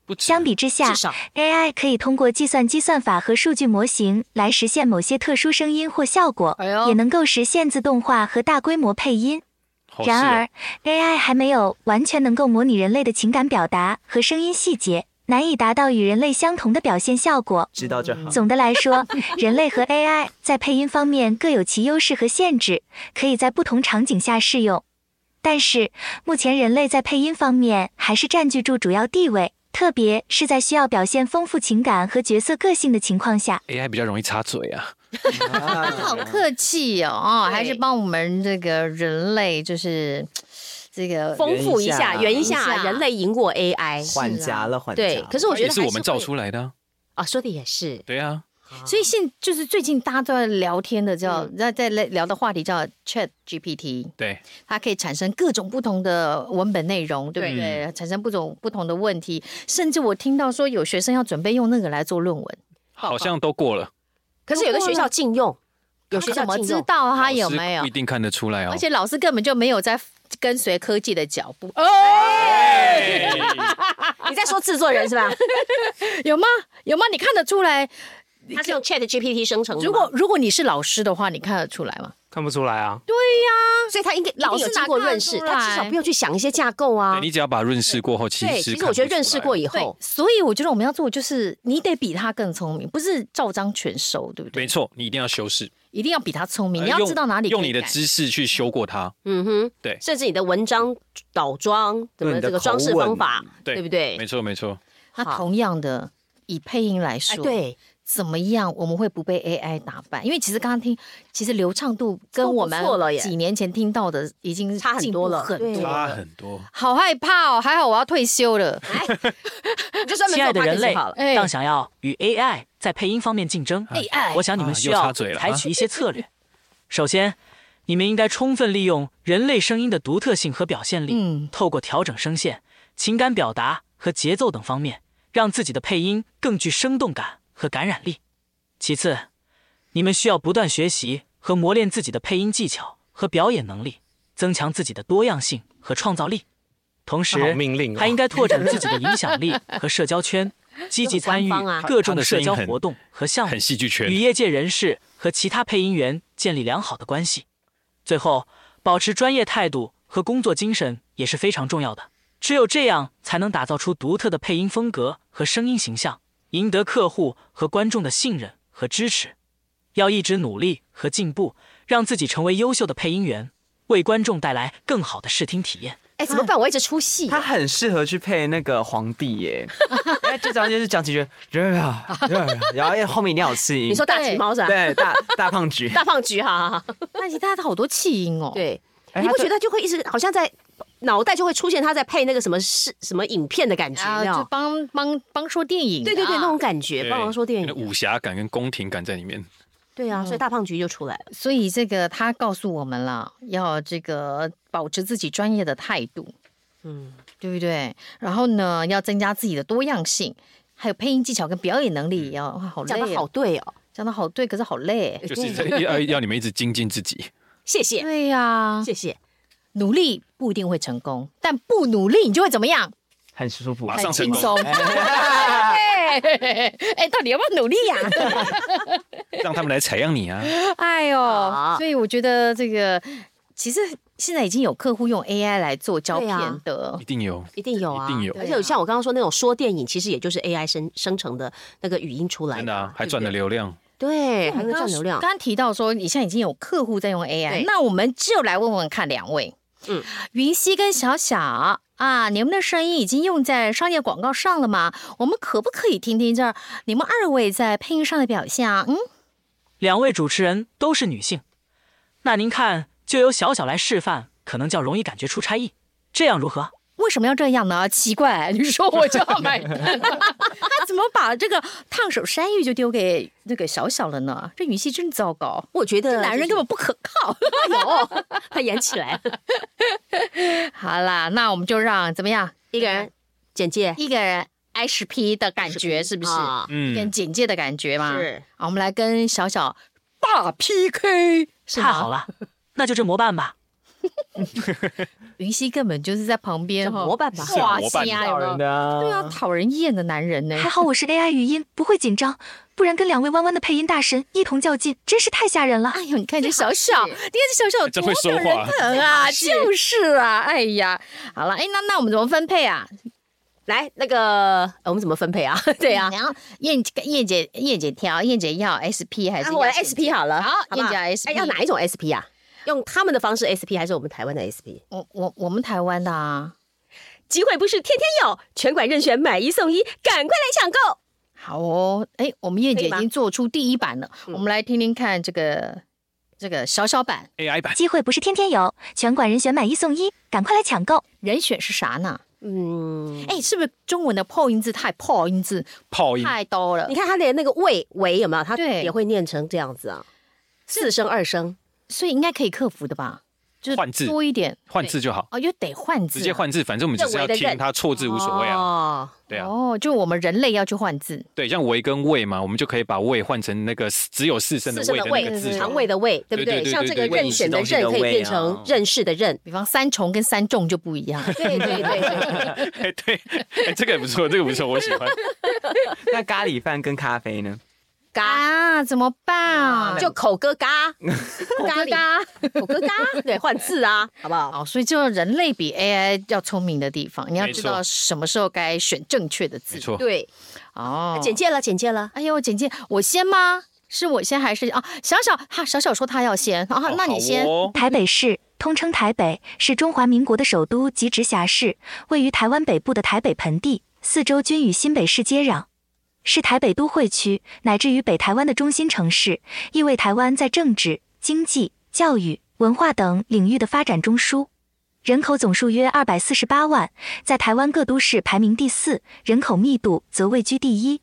[SPEAKER 5] 不止
[SPEAKER 4] 相比之下
[SPEAKER 8] 至少
[SPEAKER 4] ，AI 可以通过计算机算法和数据模型来实现某些特殊声音或效果，
[SPEAKER 7] 哎呦
[SPEAKER 4] 也能够实现自动化和大规模配音。
[SPEAKER 5] 好
[SPEAKER 4] 然
[SPEAKER 5] 事啊
[SPEAKER 4] 而，AI 还没有完全能够模拟人类的情感表达和声音细节，难以达到与人类相同的表现效果。
[SPEAKER 6] 知道就
[SPEAKER 5] 嗯
[SPEAKER 6] 好。
[SPEAKER 4] 总的来说， 人类和 AI 在配音方面各有其优势和限制，可以在不同场景下适用。但是，目前人类在配音方面还是占据住主要地位，特别是在需要表现丰富情感和角色个性的情况下。
[SPEAKER 5] AI 比较容易插嘴啊。
[SPEAKER 7] 好客气哦，哦，还是
[SPEAKER 8] 对
[SPEAKER 7] 帮我们这个人类，就是这个
[SPEAKER 8] 丰富一
[SPEAKER 6] 圆一
[SPEAKER 8] 下，
[SPEAKER 6] 下
[SPEAKER 8] 圆一
[SPEAKER 7] 圆一
[SPEAKER 8] 下，
[SPEAKER 7] 下
[SPEAKER 8] 人类赢过 AI。
[SPEAKER 6] 缓夹了，缓夹了。
[SPEAKER 8] 对，可是我觉
[SPEAKER 5] 也
[SPEAKER 8] 得
[SPEAKER 5] 是
[SPEAKER 8] 还
[SPEAKER 5] 我们造
[SPEAKER 8] 会
[SPEAKER 5] 出来的、啊，
[SPEAKER 8] 啊，说的也是，
[SPEAKER 5] 对啊，
[SPEAKER 7] 所以现就是最近大家都在聊天的叫在在聊的话题叫 Chat GPT，
[SPEAKER 5] 对，
[SPEAKER 7] 它可以产生各种不同的文本内容，对不对？产生不种不同的问题，甚至我听到说有学生要准备用那个来做论文，
[SPEAKER 5] 好像都过了，
[SPEAKER 8] 可是有的学校禁用，有学
[SPEAKER 7] 他
[SPEAKER 8] 校
[SPEAKER 7] 怎么
[SPEAKER 8] 禁
[SPEAKER 7] 知
[SPEAKER 8] 用。
[SPEAKER 7] 道他有
[SPEAKER 5] 老师
[SPEAKER 7] 哎没有
[SPEAKER 5] 不一？定看得出来哦
[SPEAKER 7] 而。且老师根本就没有在跟随科技的脚步，哦，
[SPEAKER 8] 你在说制作人是 吧？
[SPEAKER 7] 有吗？有吗？你看得出来？
[SPEAKER 8] 他是用 Chat GPT 生成的吗。
[SPEAKER 7] 如果如果你是老师的话，你看得出来吗？
[SPEAKER 9] 看不出来啊，
[SPEAKER 8] 所以他应该老
[SPEAKER 7] 一定有
[SPEAKER 8] 师经过
[SPEAKER 7] 经过
[SPEAKER 8] 认识，
[SPEAKER 7] 出来
[SPEAKER 8] 他至少不用去想一些架构啊
[SPEAKER 5] 对。你只要把润饰过后，其
[SPEAKER 8] 对，
[SPEAKER 5] 实
[SPEAKER 8] 其
[SPEAKER 5] 看
[SPEAKER 8] 实
[SPEAKER 5] 不
[SPEAKER 8] 我觉得
[SPEAKER 5] 出来
[SPEAKER 8] 认识过以
[SPEAKER 7] 对
[SPEAKER 8] 后，，
[SPEAKER 7] 所以我觉得我们要做的就是，你得比他更聪明，不是照章全收，对不对？
[SPEAKER 5] 没错，你一定要修饰，
[SPEAKER 7] 一定要比他聪明，
[SPEAKER 5] 呃
[SPEAKER 7] 你要
[SPEAKER 5] 用
[SPEAKER 7] 知道哪里可以
[SPEAKER 5] 用你的
[SPEAKER 7] 改
[SPEAKER 5] 知识去修过它。
[SPEAKER 8] 嗯哼，
[SPEAKER 5] 对
[SPEAKER 8] 甚至你的文章倒装，怎
[SPEAKER 6] 对
[SPEAKER 8] 么
[SPEAKER 6] 你
[SPEAKER 8] 这
[SPEAKER 6] 的
[SPEAKER 8] 个装饰
[SPEAKER 6] 口吻
[SPEAKER 8] 方法，
[SPEAKER 5] 对
[SPEAKER 8] 对不对？
[SPEAKER 5] 没错，没错，
[SPEAKER 7] 那
[SPEAKER 8] 好
[SPEAKER 7] 同样的，以配音来
[SPEAKER 8] 哎，
[SPEAKER 7] 说，，
[SPEAKER 8] 对，
[SPEAKER 7] 怎么样我们会不被 AI 打败？因为其实刚刚听，其实流畅度跟
[SPEAKER 8] 都不
[SPEAKER 7] 我们
[SPEAKER 8] 错了耶
[SPEAKER 7] 几年前听到的已经
[SPEAKER 8] 差很
[SPEAKER 7] 进
[SPEAKER 8] 多
[SPEAKER 7] 步
[SPEAKER 8] 了
[SPEAKER 7] 很
[SPEAKER 8] 对
[SPEAKER 7] 多
[SPEAKER 5] 差
[SPEAKER 7] 了。
[SPEAKER 5] 很多。
[SPEAKER 7] 好害怕哦！还好我要退休了。
[SPEAKER 8] 哎你 哎就专门
[SPEAKER 3] 亲爱
[SPEAKER 8] 做
[SPEAKER 3] 的人
[SPEAKER 8] podcast
[SPEAKER 3] 类
[SPEAKER 8] 就好了。哎
[SPEAKER 7] 哎
[SPEAKER 3] 当想要与 AI 在配音方面竞争，
[SPEAKER 7] AI
[SPEAKER 3] 我想你们需
[SPEAKER 5] 啊又
[SPEAKER 3] 要
[SPEAKER 5] 插嘴了啊
[SPEAKER 3] 采取一些策略。首先，你们应该充分利用人类声音的独特性和表现力，
[SPEAKER 7] 嗯
[SPEAKER 3] 透过调整声线、情感表达和节奏等方面，让自己的配音更具生动感和感染力。其次，你们需要不断学习和磨练自己的配音技巧和表演能力，增强自己的多样性和创造力。同时，
[SPEAKER 9] 好命令哦
[SPEAKER 5] 啊
[SPEAKER 3] 还应该拓展自己的影响力和社交圈，积极参与
[SPEAKER 8] 官方啊
[SPEAKER 3] 各种社交活动和项目
[SPEAKER 5] 很，戏剧圈
[SPEAKER 3] 与，业界人士和其他配音员建立良好的关系。最后，保持专业态度和工作精神也是非常重要的。只有这样，才能打造出独特的配音风格和声音形象，赢得客户和观众的信任和支持。要一直努力和进步，让自己成为优秀的配音员，为观众带来更好的视听体验。
[SPEAKER 8] 哎，怎么办？我一直出戏。
[SPEAKER 6] 他很适合去配那个皇 帝耶，因为最常就是讲几句，然后后面一定要有气音。
[SPEAKER 8] 你说大橘猫是吧？
[SPEAKER 6] 对，大大胖 橘，
[SPEAKER 8] 大胖橘，哈哈哈。
[SPEAKER 7] 那其他的好多弃音哦。，
[SPEAKER 8] 对，
[SPEAKER 6] 哎
[SPEAKER 8] 你
[SPEAKER 6] 他
[SPEAKER 8] 不觉
[SPEAKER 6] 对
[SPEAKER 8] 得就会一直好像在脑袋就会出现他在配那个什么是什么影片的感觉？
[SPEAKER 7] 啊，
[SPEAKER 8] 有没有
[SPEAKER 7] 就帮帮帮说电影啊，
[SPEAKER 8] 对对对，那种感觉，
[SPEAKER 5] 对
[SPEAKER 8] 帮忙说电
[SPEAKER 5] 那
[SPEAKER 8] 影。
[SPEAKER 5] 武侠感跟宫廷感在里面。
[SPEAKER 8] 对啊，所以大胖橘就出来了。
[SPEAKER 7] 所以这个他告诉我们了，要这个保持自己专业的态度，
[SPEAKER 8] 嗯，
[SPEAKER 7] 对不对？然后呢，要增加自己的多样性，还有配音技巧跟表演能力也要。哇，好
[SPEAKER 8] 嗯讲
[SPEAKER 7] 累、
[SPEAKER 8] 的
[SPEAKER 7] 哦，
[SPEAKER 8] 好对哦，
[SPEAKER 7] 讲的好对，可是好累。
[SPEAKER 5] 就是在要要你们一直精进自己，
[SPEAKER 8] 谢谢，
[SPEAKER 7] 对呀、
[SPEAKER 8] 谢谢。
[SPEAKER 7] 努力不一定会成功，但不努力你就会怎么样？
[SPEAKER 6] 很舒服，
[SPEAKER 5] 马
[SPEAKER 7] 很
[SPEAKER 5] 上成
[SPEAKER 7] 轻
[SPEAKER 5] 功
[SPEAKER 7] 松。哎，哎到底要不要努力呀、
[SPEAKER 5] 让他们来采样你啊！
[SPEAKER 7] 哎呦
[SPEAKER 8] 好，
[SPEAKER 7] 所以我觉得这个其实现在已经有客户用 AI 来做胶
[SPEAKER 8] 对
[SPEAKER 7] 片
[SPEAKER 8] 啊
[SPEAKER 7] 的，
[SPEAKER 5] 一定有，
[SPEAKER 8] 一定有啊，
[SPEAKER 5] 一定有
[SPEAKER 8] 而且有像我刚刚说那种说电影，其实也就是 AI 生生成的那个语音出来的，
[SPEAKER 5] 真的啊，还
[SPEAKER 8] 对不
[SPEAKER 5] 赚了流量。
[SPEAKER 8] 对，
[SPEAKER 7] 我
[SPEAKER 8] 还
[SPEAKER 7] 们
[SPEAKER 8] 能
[SPEAKER 7] 刚
[SPEAKER 8] 赚
[SPEAKER 7] 刚
[SPEAKER 8] 流量。
[SPEAKER 7] 嗯刚刚提到说，你现在已经有客户在用 AI，
[SPEAKER 8] 对
[SPEAKER 7] 那我们就来问问看两位，嗯
[SPEAKER 8] 嗯，
[SPEAKER 7] 云溪跟小小啊，你们的声音已经用在商业广告上了吗？我们可不可以听听这你们二位在配音上的表现啊？嗯，
[SPEAKER 3] 两位主持人都是女性，那您看，就由小小来示范，可能较容易感觉出差异，这样如何？
[SPEAKER 7] 为什么要这样呢？奇怪，你说我就要买单， 他怎么把这个烫手山芋就丢给那个小小了呢？这云溪真糟糕，
[SPEAKER 8] 我觉得
[SPEAKER 7] 呃男人根本不可 靠。
[SPEAKER 8] 本有， 他演起来了，
[SPEAKER 7] 好啦，那我们就让怎么样？
[SPEAKER 8] 一个人简介
[SPEAKER 7] 一个人 HP 的感觉是不是？
[SPEAKER 8] 啊，
[SPEAKER 5] 嗯
[SPEAKER 7] 跟，简介的感觉嘛。
[SPEAKER 8] 是，
[SPEAKER 7] 好，我们来跟小小大 PK，是
[SPEAKER 3] 太好
[SPEAKER 7] 吗？
[SPEAKER 3] 了，那就这么办吧。
[SPEAKER 7] 云溪根本就是在旁边
[SPEAKER 8] 叫
[SPEAKER 7] 哈
[SPEAKER 8] 模板吧，
[SPEAKER 5] 是
[SPEAKER 7] 哇
[SPEAKER 5] 模板
[SPEAKER 7] 心啊，有
[SPEAKER 6] 好
[SPEAKER 7] 没
[SPEAKER 6] 人
[SPEAKER 7] 有？
[SPEAKER 6] 的啊
[SPEAKER 7] 对啊，讨人厌的男人呢。
[SPEAKER 4] 还好我是 AI 语音，不会紧张，不然跟两位弯弯的配音大神一同较劲，真是太吓人了。
[SPEAKER 7] 哎呦，你看这小小，你看这小小有
[SPEAKER 5] 真
[SPEAKER 7] 多
[SPEAKER 5] 会说
[SPEAKER 7] 讨人
[SPEAKER 5] 话
[SPEAKER 7] 疼啊！就是啊，哎呀，好了，哎，那那我们怎么分配啊？
[SPEAKER 8] 来那个呃我们怎么分配啊？ 对啊，
[SPEAKER 7] 然后燕燕姐燕姐挑，燕姐要 SP 还是
[SPEAKER 8] 啊
[SPEAKER 7] 要
[SPEAKER 8] 我来
[SPEAKER 7] 简
[SPEAKER 8] SP 好了，
[SPEAKER 7] 好
[SPEAKER 8] 不好
[SPEAKER 7] 燕姐来 SP
[SPEAKER 8] 哎要哪一种 SP 啊？用他们的方式 SP 还是我们台湾的 SP？
[SPEAKER 7] 我我我们台湾的啊。
[SPEAKER 8] 机会不是天天有，全馆任选买一送一，赶快来抢购！
[SPEAKER 7] 好哦，哎，我们燕姐
[SPEAKER 8] 可以
[SPEAKER 7] 已
[SPEAKER 8] 吗
[SPEAKER 7] 经做出第一版了，我们来听听看这个这个小小版
[SPEAKER 5] ，AI 版
[SPEAKER 4] 机会不是天天有，全馆人选买一送一，赶快来抢购！
[SPEAKER 7] 人选是啥呢？
[SPEAKER 8] 嗯，
[SPEAKER 7] 哎，是不是中文的破音字太破音字
[SPEAKER 5] 泡音，
[SPEAKER 7] 太多了
[SPEAKER 8] 你？看他连那个喂喂有没有？他
[SPEAKER 7] 对
[SPEAKER 8] 也会念成这样子啊，四声二声。
[SPEAKER 7] 所以应该可以克服的吧？就是
[SPEAKER 5] 换字
[SPEAKER 7] 多一点
[SPEAKER 5] 换字就好，
[SPEAKER 7] 哦，又得换字啊，
[SPEAKER 5] 直接换字，反正我们只是要
[SPEAKER 8] 认为的
[SPEAKER 5] 听
[SPEAKER 8] 认
[SPEAKER 5] 它错字无所谓啊。
[SPEAKER 8] 哦，
[SPEAKER 5] 对啊，
[SPEAKER 7] 哦，就我们人类要去换字，
[SPEAKER 5] 对，像为跟胃嘛，我们就可以把胃换成那个只有四声的
[SPEAKER 8] 四声
[SPEAKER 5] 胃
[SPEAKER 8] 的
[SPEAKER 5] 的那
[SPEAKER 8] 胃，
[SPEAKER 5] 个字
[SPEAKER 7] 对
[SPEAKER 5] 就
[SPEAKER 8] 肠
[SPEAKER 5] 好。
[SPEAKER 8] 胃的胃，对
[SPEAKER 5] 对
[SPEAKER 8] 不
[SPEAKER 5] 对
[SPEAKER 8] 对？
[SPEAKER 5] 对
[SPEAKER 8] 像这个
[SPEAKER 5] 对对
[SPEAKER 8] 任选的
[SPEAKER 6] 胃食
[SPEAKER 8] 任
[SPEAKER 6] 东
[SPEAKER 8] 可
[SPEAKER 6] 西的
[SPEAKER 8] 以
[SPEAKER 6] 胃啊
[SPEAKER 8] 变
[SPEAKER 5] 哦
[SPEAKER 8] 成认识的认。
[SPEAKER 7] 比方三重跟三重就不一 样。
[SPEAKER 8] 对对 对，
[SPEAKER 5] 哎，对，哎这个也不错，这个不错，我喜 欢。
[SPEAKER 6] 那咖喱饭跟咖啡呢？
[SPEAKER 8] 嘎
[SPEAKER 7] 啊，怎么办？
[SPEAKER 8] 就口哥 嘎，
[SPEAKER 7] 嘎
[SPEAKER 8] 咖喱
[SPEAKER 7] 啊嘎。
[SPEAKER 8] 口哥嘎，对，换字啊，好不好？
[SPEAKER 7] 哦，所以就人类比 AI 要聪明的地方，你要
[SPEAKER 5] 没
[SPEAKER 7] 知
[SPEAKER 5] 错
[SPEAKER 7] 道什么时候该选正确的字。
[SPEAKER 5] 没错，
[SPEAKER 8] 对，
[SPEAKER 7] 哦，
[SPEAKER 8] 哎简介了，简介了。
[SPEAKER 7] 哎呦，简介，我先吗？是我先还是啊？小小哈，小小说他要先啊，
[SPEAKER 5] 哦
[SPEAKER 7] 那你先。
[SPEAKER 5] 好哦
[SPEAKER 4] 台北市通称台北，是中华民国的首都及直辖市，位于台湾北部的台北盆地，四周均与新北市接壤，是台北都会区乃至于北台湾的中心城市，亦为台湾在政治、经济、教育、文化等领域的发展中枢。人口总数约二百四十八万，在台湾各都市排名第四，人口密度则位居第一。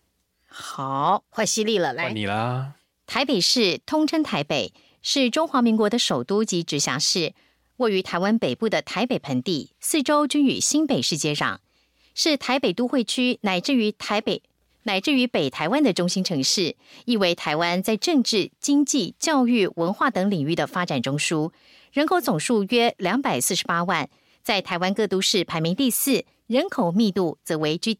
[SPEAKER 7] 好，
[SPEAKER 8] 换犀利了，来
[SPEAKER 5] 换，你啦。
[SPEAKER 7] 台北市通称台北，是中华民国的首都及直辖市，位于台湾北部的台北盆地，四周均与新北市接壤，是台北都会区乃至于台北乃至于北台湾的中心城市，亦为台湾在政治、经济、教育、文化等领域的发展中枢。人口总数约两百四十八万，在台湾各都市排名第四，人口密度则为居。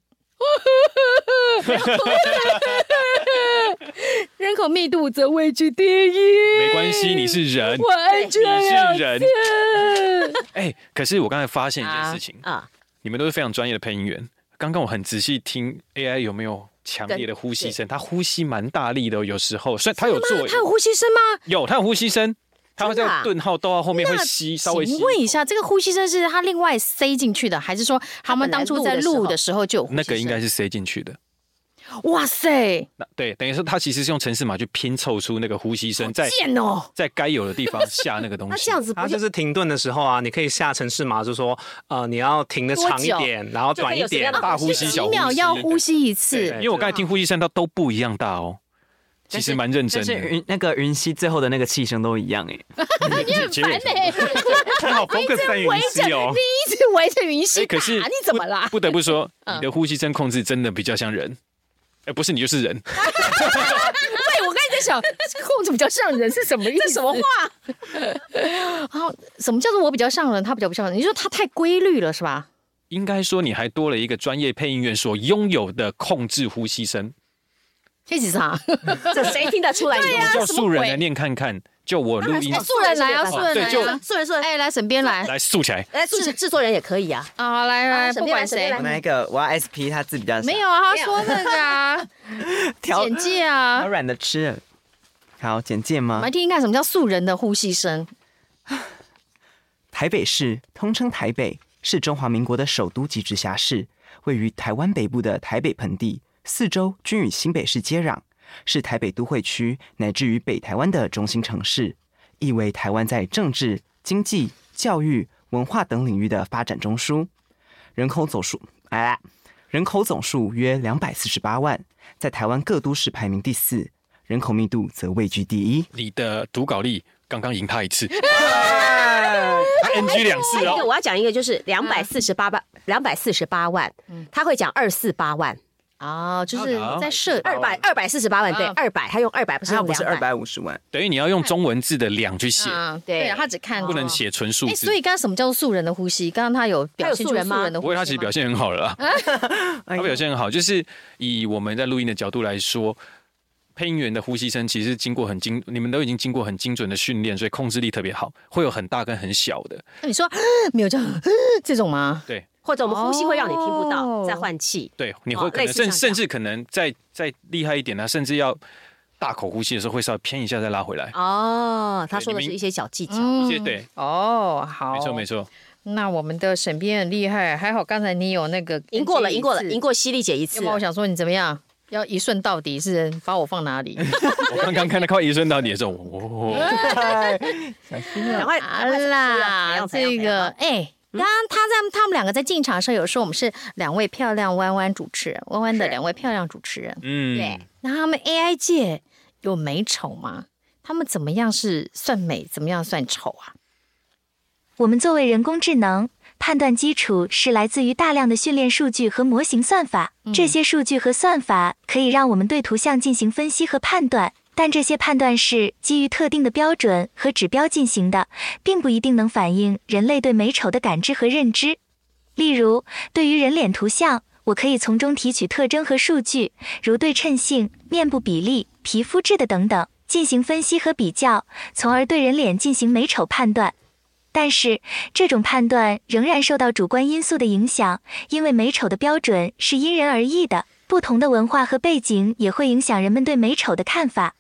[SPEAKER 7] 人口密度则位居第一。
[SPEAKER 5] 没关 系，你是人，
[SPEAKER 7] 我爱这
[SPEAKER 5] 你是人。哎，可是我刚才发现一件事情，
[SPEAKER 8] 啊，
[SPEAKER 5] 你们都是非常专业的配音员。刚刚我很仔细听 AI 有没有强烈的呼吸声，他呼吸蛮大力的哦，有时候，所以他有做，
[SPEAKER 7] 他有呼吸声吗？
[SPEAKER 5] 有他有呼吸声，他会
[SPEAKER 7] 真的
[SPEAKER 5] 在
[SPEAKER 7] 啊
[SPEAKER 5] 顿号、逗号后面会
[SPEAKER 7] 那
[SPEAKER 5] 吸，稍微吸
[SPEAKER 7] 请。问一下，这个呼吸声是他另外塞进去的，还是说他们当初在录的时候就有呼吸
[SPEAKER 5] 那个应该
[SPEAKER 7] 声
[SPEAKER 5] 是塞进去的，
[SPEAKER 7] 哇塞，
[SPEAKER 5] 那对，等于说他其实是用城市码去拼凑出那个呼吸声，在
[SPEAKER 7] 贱哦！
[SPEAKER 5] 在该有的地方下那个 东
[SPEAKER 7] 嗯
[SPEAKER 8] 那
[SPEAKER 5] 西
[SPEAKER 8] 这。样子不
[SPEAKER 9] 它
[SPEAKER 8] 就
[SPEAKER 9] 就是停顿的时候啊，你可以下城市码，就说呃你要停的
[SPEAKER 8] 多
[SPEAKER 9] 长一
[SPEAKER 8] 久
[SPEAKER 9] 点，然后
[SPEAKER 8] 就可
[SPEAKER 9] 短
[SPEAKER 8] 以
[SPEAKER 9] 一
[SPEAKER 8] 有什么
[SPEAKER 9] 点
[SPEAKER 8] 样的，
[SPEAKER 5] 大呼吸小
[SPEAKER 7] 几
[SPEAKER 5] 呼吸
[SPEAKER 7] 秒要呼吸一次
[SPEAKER 5] 因，为我刚才听呼吸声，它都不一样大哦，其实蛮认真
[SPEAKER 6] 但是
[SPEAKER 5] 的。
[SPEAKER 6] 云那个云溪最后的那个气声都一样哎、
[SPEAKER 7] 你很
[SPEAKER 5] 结
[SPEAKER 7] 烦
[SPEAKER 5] 尾
[SPEAKER 7] 哎、
[SPEAKER 9] 你好 focus 在云溪哦。
[SPEAKER 7] 你一直围着云溪
[SPEAKER 5] 哎，
[SPEAKER 7] 打，
[SPEAKER 5] 可是
[SPEAKER 7] 你怎么啦嗯
[SPEAKER 5] 不？不得 不说，你的呼吸声控制真的比较像人，哎，不是你就是 人。
[SPEAKER 7] 对，我刚才在想，这个控制比较像人是什么意思？什么话？ 然后什么叫做我比较像人，他比较不像人？你说他太规律了是吧？
[SPEAKER 5] 应该说你还多了一个专业配音员所拥有的控制呼吸声，
[SPEAKER 7] 黑子 啥？
[SPEAKER 8] 这谁听得出来？
[SPEAKER 5] 我叫素人
[SPEAKER 7] 啊鬼
[SPEAKER 5] 来念看看，就我录音
[SPEAKER 7] 哎素人来啊，素人
[SPEAKER 5] 对就
[SPEAKER 7] 来啊！
[SPEAKER 8] 素人素人，
[SPEAKER 7] 哎，来沈边来
[SPEAKER 5] 来竖起来。
[SPEAKER 8] 哎，制制作人也可以啊。
[SPEAKER 7] 啊，来
[SPEAKER 8] 啊
[SPEAKER 7] 来，
[SPEAKER 8] 沈
[SPEAKER 7] 不
[SPEAKER 8] 边来
[SPEAKER 7] 管
[SPEAKER 8] 沈边
[SPEAKER 7] 谁
[SPEAKER 8] 来
[SPEAKER 6] 我，那个我要 SP，他字比较小
[SPEAKER 7] 没有啊，他说那个啊，
[SPEAKER 6] 调
[SPEAKER 7] 简介啊
[SPEAKER 6] 调，软的吃了。好，简介
[SPEAKER 7] 我
[SPEAKER 6] 吗
[SPEAKER 7] 们来？听听看什么叫素人的呼吸声。
[SPEAKER 6] 台北市通称台北，是中华民国的首都及直辖市，位于台湾北部的台北盆地，四周均与新北市接壤，是台北都会区乃至于北台湾的中心城市，意为台湾在政治、经济、教育、文化等领域的发展中枢。人口总数，哎，人口总数约两百四十八万，在台湾各都市排名第四，人口密度则位居第一。
[SPEAKER 5] 你的读稿力刚刚赢他 一次，他 NG 两
[SPEAKER 8] 还
[SPEAKER 5] 次
[SPEAKER 8] 哎有一个
[SPEAKER 5] 哦。
[SPEAKER 8] 我要讲一个，就是两百四十八万，两百四十八万，他会讲二四八万，
[SPEAKER 7] 哦，就是在设
[SPEAKER 8] 二百二百四十八万，对，
[SPEAKER 7] 啊
[SPEAKER 8] 二百，他用二百，不是
[SPEAKER 6] 它
[SPEAKER 8] 用
[SPEAKER 6] 啊不是二
[SPEAKER 8] 两百。
[SPEAKER 6] 百五十万，
[SPEAKER 5] 等于你要用中文字的两去写，
[SPEAKER 7] 啊，
[SPEAKER 8] 对
[SPEAKER 7] 对，他只看
[SPEAKER 5] 不能。写纯数
[SPEAKER 7] 哎，
[SPEAKER 8] 啊
[SPEAKER 5] 字
[SPEAKER 7] 所。以刚刚什么叫做素人的呼吸？刚刚他有表现
[SPEAKER 8] 他有
[SPEAKER 7] 出
[SPEAKER 8] 素人吗
[SPEAKER 7] 素人的
[SPEAKER 5] 不
[SPEAKER 7] 呼
[SPEAKER 5] 过
[SPEAKER 7] 吸吗，
[SPEAKER 5] 他其实表现很好了啦，他表现很
[SPEAKER 8] 哎
[SPEAKER 5] 好。就是以我们在录音的角度来说，配音员的呼吸声其实经过很精，你们都已经经过很精准的训练，所以控制力特别好，会有很大跟很小的。
[SPEAKER 7] 那你说 没有这样这种吗？
[SPEAKER 5] 对
[SPEAKER 8] 或者我们呼吸会让你听不
[SPEAKER 7] 哦
[SPEAKER 8] 到，再换气。
[SPEAKER 5] 对，你
[SPEAKER 8] 哦
[SPEAKER 5] 会可
[SPEAKER 8] 类
[SPEAKER 5] 能
[SPEAKER 8] 似
[SPEAKER 5] 甚
[SPEAKER 8] 像这
[SPEAKER 5] 甚
[SPEAKER 8] 样
[SPEAKER 5] 至可能再再厉害一点呢、啊甚至要大口呼吸的时候会稍微偏一下再拉回来。
[SPEAKER 8] 哦，他
[SPEAKER 5] 对
[SPEAKER 8] 说的
[SPEAKER 5] 你
[SPEAKER 8] 是
[SPEAKER 5] 们
[SPEAKER 8] 一些小技巧。
[SPEAKER 7] 嗯
[SPEAKER 5] 一些对，
[SPEAKER 7] 哦，好，
[SPEAKER 5] 没错没。错。
[SPEAKER 7] 那我们的沈编很厉害，还好刚才你有那个
[SPEAKER 8] 赢过了，赢过了，赢
[SPEAKER 7] 过。
[SPEAKER 8] 过犀利姐一次
[SPEAKER 7] 要不然
[SPEAKER 8] 了
[SPEAKER 7] 我。想说你怎么样？要一顺到底是把我放哪里？
[SPEAKER 5] 我刚刚看到靠医生到你的时候，哦，
[SPEAKER 8] 赶快，
[SPEAKER 7] 啊
[SPEAKER 8] 赶快
[SPEAKER 7] 啦，
[SPEAKER 8] 怎样
[SPEAKER 7] 这个哎。刚刚他在他们两个在进场的时候，有说我们是两位漂亮弯弯主持人，弯弯的两位漂亮主持人。
[SPEAKER 5] 嗯，
[SPEAKER 8] 对
[SPEAKER 7] 那他们 AI 界有美丑吗？他们怎么样是算美，怎么样算丑啊？
[SPEAKER 4] 我们作为人工智能，判断基础是来自于大量的训练数据和模型算法。这些数据和算法可以让我们对图像进行分析和判断，但这些判断是基于特定的标准和指标进行的，并不一定能反映人类对美丑的感知和认知。例如，对于人脸图像，我可以从中提取特征和数据，如对称性、面部比例、皮肤质的等等，进行分析和比较，从而对人脸进行美丑判断。但是，这种判断仍然受到主观因素的影响，因为美丑的标准是因人而异的，不同的文化和背景也会影响人们对美丑的看法。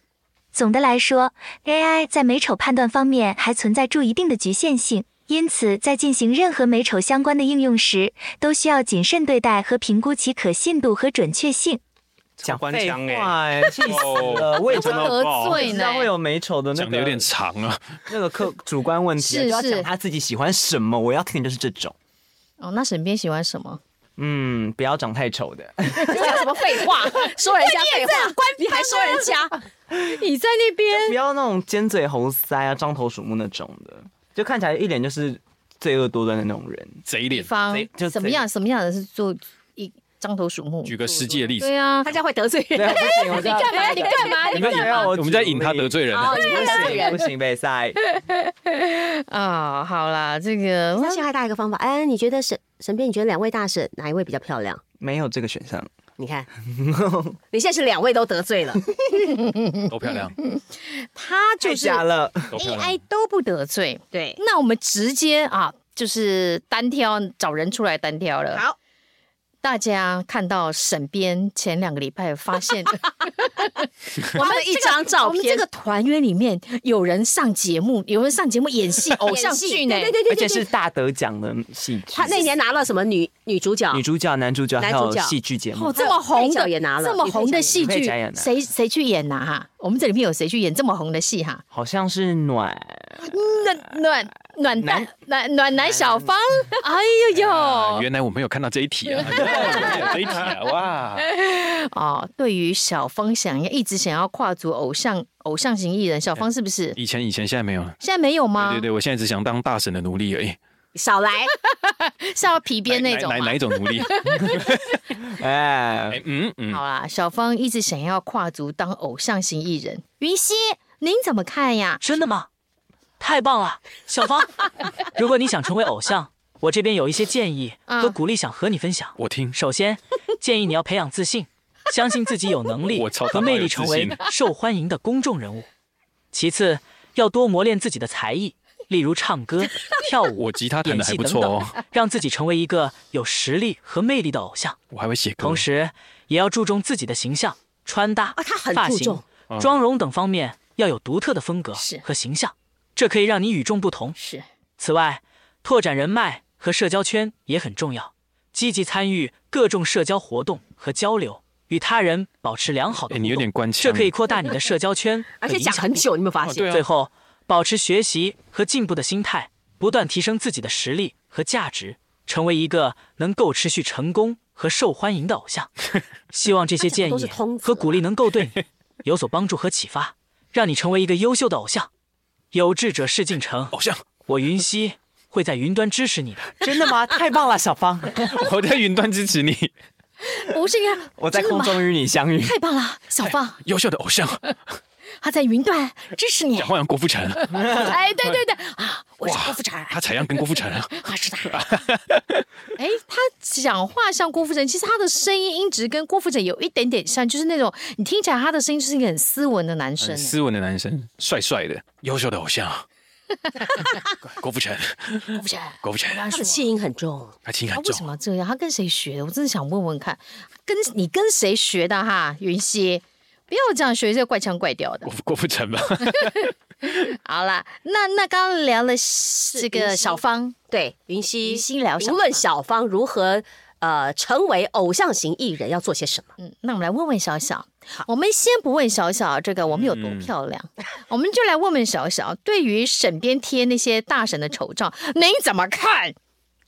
[SPEAKER 4] 总的来说，AI 在美丑判断方面还存在住一定的局限性，因此在进行任何美丑相关的应用时，都需要谨慎对待和评估其可信度和准确性。
[SPEAKER 9] 讲官
[SPEAKER 6] 废
[SPEAKER 9] 腔哎
[SPEAKER 6] 话哎，气死了！我也觉
[SPEAKER 9] 真的
[SPEAKER 7] 得
[SPEAKER 9] 好不
[SPEAKER 6] 得
[SPEAKER 9] 好
[SPEAKER 7] 罪
[SPEAKER 6] 知
[SPEAKER 7] 呢
[SPEAKER 6] 道？会有美丑的那
[SPEAKER 5] 讲的
[SPEAKER 6] 个，
[SPEAKER 5] 有点长啊。
[SPEAKER 6] 那个客主观问题啊，
[SPEAKER 7] 是
[SPEAKER 6] 就要
[SPEAKER 7] 是
[SPEAKER 6] 讲他自己喜欢什么。我要听的就是这种，
[SPEAKER 7] 哦，那沈编喜欢什么？
[SPEAKER 6] 嗯，不要长太丑的。
[SPEAKER 8] 讲什么废 话？说
[SPEAKER 7] 哎
[SPEAKER 8] 人家废
[SPEAKER 7] 啊
[SPEAKER 8] 话，你还说人 家？
[SPEAKER 7] 你在那边
[SPEAKER 6] 不要那种尖嘴猴腮啊、獐头鼠目那种的，就看起来一脸就是罪恶多端的那种人。
[SPEAKER 5] 贼
[SPEAKER 7] 地
[SPEAKER 5] 脸，
[SPEAKER 7] 方
[SPEAKER 6] 谁就
[SPEAKER 7] 怎么
[SPEAKER 6] 谁
[SPEAKER 7] 样？什么样的是做一�张头鼠目？
[SPEAKER 5] 举个实际的例子，
[SPEAKER 7] 对啊，
[SPEAKER 8] 他这样会得罪
[SPEAKER 6] 对啊，
[SPEAKER 8] 人。
[SPEAKER 6] 不行，我这样
[SPEAKER 7] 干嘛？你干嘛？
[SPEAKER 6] 你
[SPEAKER 7] 你
[SPEAKER 6] 们
[SPEAKER 7] 干
[SPEAKER 6] 不要
[SPEAKER 7] 嘛？
[SPEAKER 6] 我
[SPEAKER 5] 我们在
[SPEAKER 6] 举
[SPEAKER 5] 引他
[SPEAKER 6] 例
[SPEAKER 5] 得罪人啊。
[SPEAKER 8] 哦，你会得罪
[SPEAKER 6] 不行不
[SPEAKER 8] 人。
[SPEAKER 6] 行，被塞。
[SPEAKER 7] 啊、好啦，这个
[SPEAKER 8] 那陷害大家一个方法，哎，你觉得沈沈编，你觉得两位大婶哪一位比较漂亮？
[SPEAKER 6] 没有这个选项，
[SPEAKER 8] 你看，你现在是两位都得罪了，
[SPEAKER 5] 都漂 亮，
[SPEAKER 7] 他
[SPEAKER 6] 太
[SPEAKER 7] 就是
[SPEAKER 6] 假了。
[SPEAKER 5] 都漂亮。
[SPEAKER 7] AI 都不得罪。
[SPEAKER 8] 对，
[SPEAKER 7] 那我们直接啊，就是单挑找人出来单挑了。
[SPEAKER 8] 好，
[SPEAKER 7] 大家看到沈编前两个礼拜发现 的
[SPEAKER 1] 我们一张照
[SPEAKER 7] 我们这
[SPEAKER 1] 片
[SPEAKER 7] 个，团员里面有人上节目，有人上节目演 戏偶像剧呢。
[SPEAKER 1] 对对对
[SPEAKER 6] 而
[SPEAKER 1] 对
[SPEAKER 6] 且
[SPEAKER 1] 对，
[SPEAKER 6] 是大得奖的戏剧，
[SPEAKER 1] 他那年拿了什么女女主角？
[SPEAKER 6] 女主角、男主角还
[SPEAKER 1] 男主
[SPEAKER 6] 有
[SPEAKER 1] 角
[SPEAKER 6] 戏剧节目
[SPEAKER 7] 哦，，这么红
[SPEAKER 1] 配角
[SPEAKER 7] 的
[SPEAKER 1] 也拿了
[SPEAKER 7] 这么红的戏
[SPEAKER 6] 女配
[SPEAKER 7] 剧
[SPEAKER 6] 角也，拿
[SPEAKER 7] 谁谁去演呐、哈，我们这里面有谁去演这么红的戏哈？
[SPEAKER 6] 好像是暖
[SPEAKER 7] 暖暖暖男暖暖男小芳，哎呦
[SPEAKER 5] 啊
[SPEAKER 7] 呦！
[SPEAKER 5] 原来我没有看到这一题啊，原来我们有 这一题啊，哇！
[SPEAKER 7] 哦，对于小芳想要一直想要跨足偶像偶像型艺人，小芳是不是
[SPEAKER 5] 以前以前现在没有了。
[SPEAKER 7] 现在没有吗？
[SPEAKER 5] 对对对，我现在只想当大神的奴隶而已。
[SPEAKER 1] 少来，
[SPEAKER 7] 是要皮鞭那种
[SPEAKER 5] 哪哪
[SPEAKER 7] 吗
[SPEAKER 5] 哪？一种啊奴 隶？
[SPEAKER 6] 哎，
[SPEAKER 5] 哎嗯嗯，
[SPEAKER 7] 好啦，小芳一直想要跨足当偶像型艺人，云溪，您怎么看呀？
[SPEAKER 3] 真的吗？太棒了，小 芳！如果你想成为偶像，我这边有一些建议
[SPEAKER 7] 嗯
[SPEAKER 3] 和鼓励想和你分享。
[SPEAKER 5] 我听
[SPEAKER 3] 首先，建议你要培养自信，相信自己有能力
[SPEAKER 5] 我超他
[SPEAKER 3] 和
[SPEAKER 5] 妈
[SPEAKER 3] 魅
[SPEAKER 5] 有
[SPEAKER 3] 力，
[SPEAKER 5] 自
[SPEAKER 3] 成为
[SPEAKER 5] 信
[SPEAKER 3] 受欢迎的公众人物。其次，要多磨练自己的才艺，例如唱 歌、跳舞
[SPEAKER 5] 我，吉他弹的还不错
[SPEAKER 3] 演戏
[SPEAKER 5] 哦，
[SPEAKER 3] 让自己成为一个有实力和魅力的偶像。
[SPEAKER 5] 我还会写歌。
[SPEAKER 3] 同时，也要注重自己的形象、穿搭、
[SPEAKER 1] 啊他很
[SPEAKER 3] 发
[SPEAKER 1] 注
[SPEAKER 3] 型
[SPEAKER 1] 重、
[SPEAKER 5] 嗯
[SPEAKER 3] 妆容等方面要有独特的风格
[SPEAKER 7] 是
[SPEAKER 3] 和形象，这可以让你与众不同。
[SPEAKER 7] 是
[SPEAKER 3] 此外，拓展人脉和社交圈也很重要，积极参与各种社交活动和交流，与他人保持良好的
[SPEAKER 5] 哎，
[SPEAKER 3] 互动。
[SPEAKER 5] 你有点官腔，
[SPEAKER 3] 这可以扩大你的社交圈，
[SPEAKER 1] 而且讲很。久，你有没有发
[SPEAKER 5] 哦
[SPEAKER 1] 现？
[SPEAKER 5] 对啊
[SPEAKER 3] 最，后，保持学习和进步的心态，不断提升自己的实力和价值，成为一个能够持续成功和受欢迎的偶 像。希望这些建
[SPEAKER 1] 都是
[SPEAKER 3] 议
[SPEAKER 1] 通则
[SPEAKER 3] 和鼓励能够对你有所帮助和启发，让你成为一个优秀的偶像。有志者事竟成，
[SPEAKER 5] 偶像，
[SPEAKER 3] 我云溪会在云端支持你的。
[SPEAKER 6] 真的吗？太棒了，小芳，
[SPEAKER 5] 我在云端支持你，
[SPEAKER 7] 不是呀？
[SPEAKER 6] 我在
[SPEAKER 7] 真的吗
[SPEAKER 6] 空中与你相遇。
[SPEAKER 7] 太棒了，小芳，
[SPEAKER 5] 优秀的偶像，
[SPEAKER 7] 她在云端支持 你
[SPEAKER 5] 讲。话像郭富城，
[SPEAKER 7] 哎，对对对啊，我是郭富城，
[SPEAKER 5] 他采样跟郭富城啊，
[SPEAKER 7] 啊是他。 哎，他讲话像郭富城，其实他的声音音质跟郭富城有一点点像，就是那种你听起来他的声音就是一个很斯文的男生欸
[SPEAKER 5] 很。斯文的男生，帅帅的，优秀的偶 像，郭富城，
[SPEAKER 7] 郭富城，
[SPEAKER 5] 郭富城，
[SPEAKER 7] 他
[SPEAKER 1] 他的气音很重，
[SPEAKER 5] 他情
[SPEAKER 7] 他
[SPEAKER 5] 感
[SPEAKER 7] 为什
[SPEAKER 5] 重，
[SPEAKER 7] 么这样？他跟谁学的？我真的想问问看，跟你跟谁学的哈，云溪。不要这样学这些怪腔怪调的
[SPEAKER 5] 郭。郭 富城吧，
[SPEAKER 7] 好啦，那那刚刚聊了这
[SPEAKER 1] 云
[SPEAKER 7] 个
[SPEAKER 1] 溪
[SPEAKER 7] 小芳，
[SPEAKER 1] 对，云溪，
[SPEAKER 7] 云溪聊小
[SPEAKER 1] 无论小芳如何呃成为偶像型艺人，要做些什么？
[SPEAKER 7] 嗯，那我们来问问小小。我们先不问小小这个我们有
[SPEAKER 6] 嗯
[SPEAKER 7] 多漂亮，我们就来问问小小，对于沈边贴那些大神的丑照，您怎么看？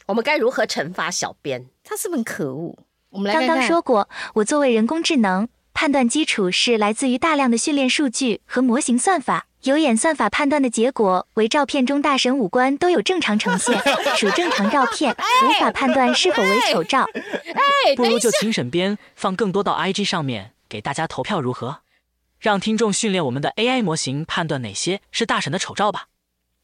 [SPEAKER 1] 我们该如何惩罚小编？
[SPEAKER 7] 他是不是很可恶？我们来
[SPEAKER 4] 刚
[SPEAKER 7] 看看
[SPEAKER 4] 刚说过，我作为人工智能，判断基础是来自于大量的训练数据和模型算法。有演算法判断的结果为照片中大神五官都有正常呈现，属正常照片，无法判断是否为丑照。
[SPEAKER 7] 哎，
[SPEAKER 3] 不
[SPEAKER 7] 等
[SPEAKER 3] 如
[SPEAKER 7] 一下
[SPEAKER 3] 就请沈编放更多到 IG 上面给大家投票如何？让听众训练我们的 AI 模型判断哪些是大神的丑照吧。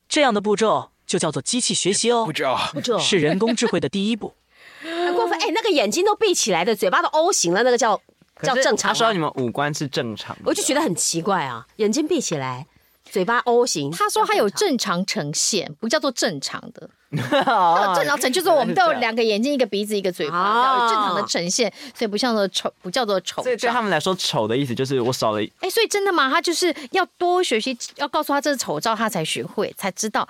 [SPEAKER 3] 这样的步骤就叫做机器学习哦
[SPEAKER 5] 不，知道，
[SPEAKER 1] 不准
[SPEAKER 3] 是人工智慧的第一步。
[SPEAKER 1] 很过分哎，那个眼睛都闭起来的，嘴巴都 O 型了，那个叫叫
[SPEAKER 6] 可是
[SPEAKER 1] 正常
[SPEAKER 6] 他说
[SPEAKER 1] 吗
[SPEAKER 6] 你？们五官是正常的，
[SPEAKER 1] 我就觉得很奇怪啊，眼睛闭起来，嘴巴 O 型。
[SPEAKER 7] 他说他有正常呈现，不叫做正常 的。
[SPEAKER 6] 得
[SPEAKER 7] 正常呈就是我们都有两个眼睛、一个鼻子、一个嘴巴，
[SPEAKER 1] 哦
[SPEAKER 7] 要有正常的呈现，所以不像做丑，不叫做丑
[SPEAKER 6] 所以对他
[SPEAKER 7] 照。
[SPEAKER 6] 们来说，丑的意思就是我少了
[SPEAKER 7] 哎，所以真的吗？他就是要多学习，要告诉他这是丑照，他才学会，才知道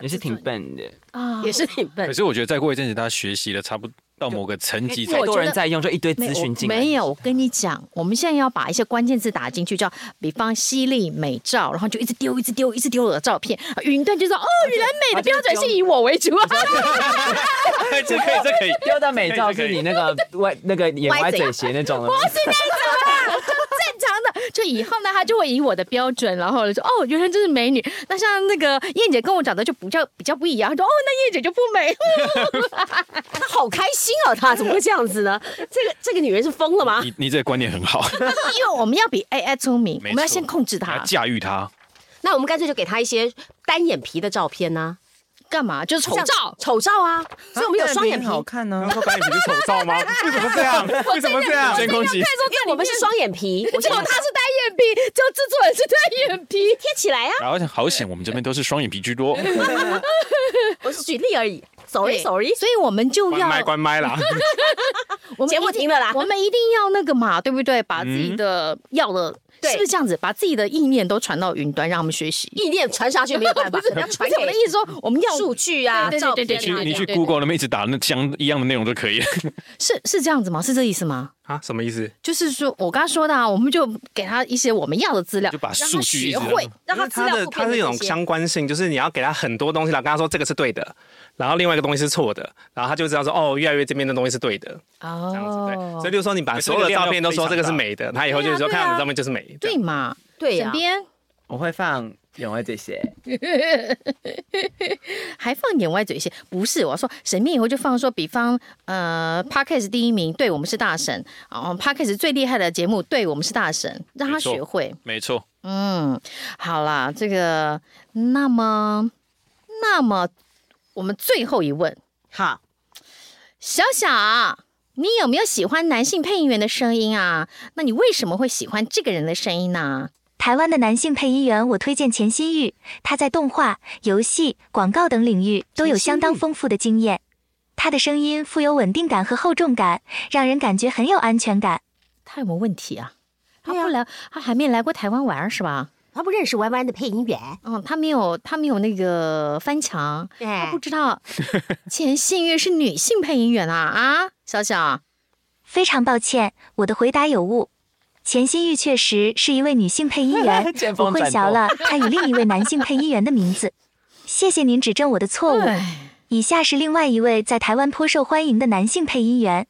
[SPEAKER 6] 也是挺笨的。
[SPEAKER 7] 啊。
[SPEAKER 1] 也是挺笨
[SPEAKER 5] 可，是我觉得再过一阵子，他学习了差不多到某个层级才
[SPEAKER 6] 太多
[SPEAKER 7] 觉
[SPEAKER 6] 人
[SPEAKER 7] 得
[SPEAKER 6] 在用，就一堆
[SPEAKER 7] 没
[SPEAKER 6] 咨询
[SPEAKER 7] 我
[SPEAKER 6] 进来。
[SPEAKER 7] 没有，我跟你讲，我们现在要把一些关键字打进去，叫比方犀利美照，然后就一直丢，一直丢，一直丢我的照片。啊云端就说，哦，原来美的标准是以我为主啊。
[SPEAKER 5] 这可以，这可以。
[SPEAKER 6] 丢的美照是你那个歪那个眼歪嘴啊斜那种的吗，
[SPEAKER 7] 不是那种啊， 就正常的。就以后呢，他就会以我的标准，然后就说哦，原来这是美女。那像那个燕姐跟我长得就比较比较不一样，她说哦，那燕姐就不美。
[SPEAKER 1] 他好开心哦，他怎么会这样子 呢？这个这个女人是疯了吗？
[SPEAKER 5] 你你这个观念很好，
[SPEAKER 7] 因为我们要比 AI 聪明，我
[SPEAKER 5] 没
[SPEAKER 7] 们要
[SPEAKER 5] 错
[SPEAKER 7] 先控制它
[SPEAKER 5] 要。驾驭它。
[SPEAKER 1] 那我们干脆就给她一些单眼皮的照片呢、
[SPEAKER 7] 干嘛？就是丑
[SPEAKER 1] 像
[SPEAKER 7] 照。
[SPEAKER 1] 丑照啊，所以我们有双眼皮，
[SPEAKER 6] 好看啊呢、
[SPEAKER 9] 他说单眼皮是丑照吗？为什么这样？为什么这
[SPEAKER 7] 啊
[SPEAKER 9] 样？
[SPEAKER 5] 真空机
[SPEAKER 1] 因为我们是双眼 皮，我
[SPEAKER 7] 结
[SPEAKER 1] 觉
[SPEAKER 7] 果
[SPEAKER 1] 得
[SPEAKER 7] 他是单眼皮，就制作人是单眼皮。
[SPEAKER 1] 贴起来啊，
[SPEAKER 5] 然后好险，我们这边都是双眼皮居多。
[SPEAKER 1] 我是举例而已。
[SPEAKER 8] ，sorry
[SPEAKER 7] 对
[SPEAKER 8] sorry，
[SPEAKER 7] 所以我们就
[SPEAKER 9] 欸关
[SPEAKER 7] 要
[SPEAKER 9] 麦关麦啦，
[SPEAKER 7] 我们
[SPEAKER 8] 节目
[SPEAKER 7] 一定
[SPEAKER 8] 停了啦
[SPEAKER 7] 我们一定要那个嘛，对不对？把自己的要的，
[SPEAKER 8] 对
[SPEAKER 7] 是不是这样子？把自己的意念都传到云端，让他们学习。
[SPEAKER 8] 意念传上去没有 办法，要传
[SPEAKER 7] 而且我的
[SPEAKER 8] 给
[SPEAKER 7] 意思说，我们要
[SPEAKER 8] 数据啊，
[SPEAKER 7] 对对
[SPEAKER 8] 照
[SPEAKER 7] 对
[SPEAKER 8] 片
[SPEAKER 7] 对
[SPEAKER 5] 去
[SPEAKER 8] 啊
[SPEAKER 5] 你去
[SPEAKER 7] 对对
[SPEAKER 5] Google 那边一直打那相一样的内容就可以了。
[SPEAKER 7] 是是这样子吗？是这意思吗？
[SPEAKER 9] 啊，什么意思？
[SPEAKER 7] 就是说我刚刚说的啊，我们就给他一些我们要的资料，
[SPEAKER 5] 就把
[SPEAKER 7] 让
[SPEAKER 5] 数
[SPEAKER 7] 他
[SPEAKER 5] 据一
[SPEAKER 7] 学
[SPEAKER 5] 直
[SPEAKER 7] 会，让
[SPEAKER 9] 因
[SPEAKER 7] 他
[SPEAKER 9] 为
[SPEAKER 7] 资
[SPEAKER 9] 它
[SPEAKER 7] 料
[SPEAKER 9] 的
[SPEAKER 7] 不
[SPEAKER 9] 它是一种相关性，就是你要给他很多东西，然后跟他说这个是对的，然后另外一个东西是错的，然后他就知道说哦，越来越这边的东西是对的，这样子对。
[SPEAKER 7] 哦
[SPEAKER 9] 所以，，就是说你把所有的照片都说这个是美的，他以后就是说
[SPEAKER 7] 对啊
[SPEAKER 9] 看到你照片就是美的。
[SPEAKER 7] 对嘛？
[SPEAKER 8] 对啊
[SPEAKER 7] 枕
[SPEAKER 8] 呀，
[SPEAKER 7] 边
[SPEAKER 6] 我会放永卫这些，，
[SPEAKER 7] 还放眼歪嘴一些，不是我要说神面以后就放说，比方呃 p a r k a s 第一名，对我们是大神，哦 p a r k a s 最厉害的节目，对我们是大神，让他
[SPEAKER 5] 没错
[SPEAKER 7] 学会。
[SPEAKER 5] 没错，
[SPEAKER 7] 嗯，好啦，这个那么那么我们最后一问，
[SPEAKER 8] 好，
[SPEAKER 7] 小小，你有没有喜欢男性配音员的声音啊？那你为什么会喜欢这个人的声音啊呢？
[SPEAKER 4] 台湾的男性配音员，我推荐钱新玉，他在动画、游戏、广告等领域都有相当丰富的经验。他的声音富有稳定感和厚重感，让人感觉很有安全感。
[SPEAKER 7] 他有没有问题啊？他
[SPEAKER 8] 对啊
[SPEAKER 7] 不来，他还没来过台湾玩是吧？
[SPEAKER 8] 他不认识 Y Y 的配音员，
[SPEAKER 7] 嗯，他没有，他没有那个翻墙，他
[SPEAKER 8] 哎
[SPEAKER 7] 不，知道钱信月是女性配音员啊啊！小小，
[SPEAKER 4] 非常抱歉，我的回答有误。钱新玉确实是一位女性配音员
[SPEAKER 6] 见
[SPEAKER 4] 我
[SPEAKER 6] 风
[SPEAKER 4] 混
[SPEAKER 6] 转舵
[SPEAKER 4] 淆了她与另一位男性配音员的名字。谢谢您指正我的错 误。
[SPEAKER 7] 哎，
[SPEAKER 4] 以下是另外一位在台湾颇受欢迎的男性配音员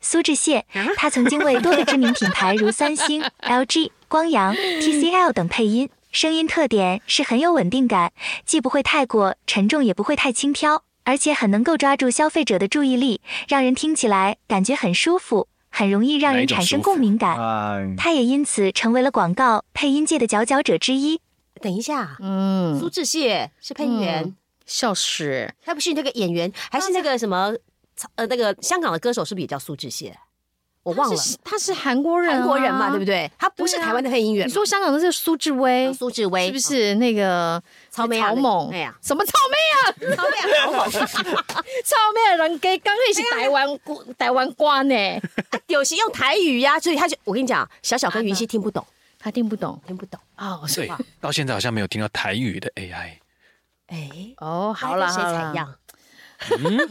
[SPEAKER 4] 苏志燮，他曾经为多个知名品牌如三星、LG、光阳、TCL 等配音，声音特点是很有稳定感，既不会太过沉重，也不会太轻佻，而且很能够抓住消费者的注意力，让人听起来感觉很舒服，很容易让
[SPEAKER 5] 哪一
[SPEAKER 4] 人
[SPEAKER 5] 种
[SPEAKER 4] 产生
[SPEAKER 5] 舒服
[SPEAKER 4] 共鸣感。
[SPEAKER 6] 啊，
[SPEAKER 4] 他也因此成为了广告配音界的佼佼者之一。
[SPEAKER 8] 等一下，啊苏
[SPEAKER 7] 嗯，
[SPEAKER 8] 志燮是配音员
[SPEAKER 7] 嗯，笑死，
[SPEAKER 8] 他不是那个演员，还是那个什么呃那个香港的歌手，是不是也叫苏志燮？我忘了
[SPEAKER 7] 他，是他是韩国人、啊
[SPEAKER 8] 韩国人嘛，对不
[SPEAKER 7] 对？
[SPEAKER 8] 对？他不是
[SPEAKER 7] 对啊
[SPEAKER 8] 台湾的配音员
[SPEAKER 7] 你，说香港的是苏志威
[SPEAKER 8] 啊，苏志威
[SPEAKER 7] 是不？是那个
[SPEAKER 8] 草莓啊
[SPEAKER 7] 草蜢？
[SPEAKER 8] 那哎呀
[SPEAKER 7] 什么草莓
[SPEAKER 8] 啊
[SPEAKER 7] 啊？
[SPEAKER 8] 草莓哎啊好好啊
[SPEAKER 7] 草莓的人给刚开始台湾歌台湾瓜呢，
[SPEAKER 8] 有些用台语呀，所以他就我跟你讲，小小跟云溪听不懂，
[SPEAKER 7] 他听不懂
[SPEAKER 8] 听不懂。
[SPEAKER 7] 哦
[SPEAKER 5] 对，到现在好像没有听到台语的 AI，
[SPEAKER 8] 哎，
[SPEAKER 7] 哦，好了
[SPEAKER 8] 那跟
[SPEAKER 7] 好
[SPEAKER 8] 谁采
[SPEAKER 7] 了，
[SPEAKER 8] 样？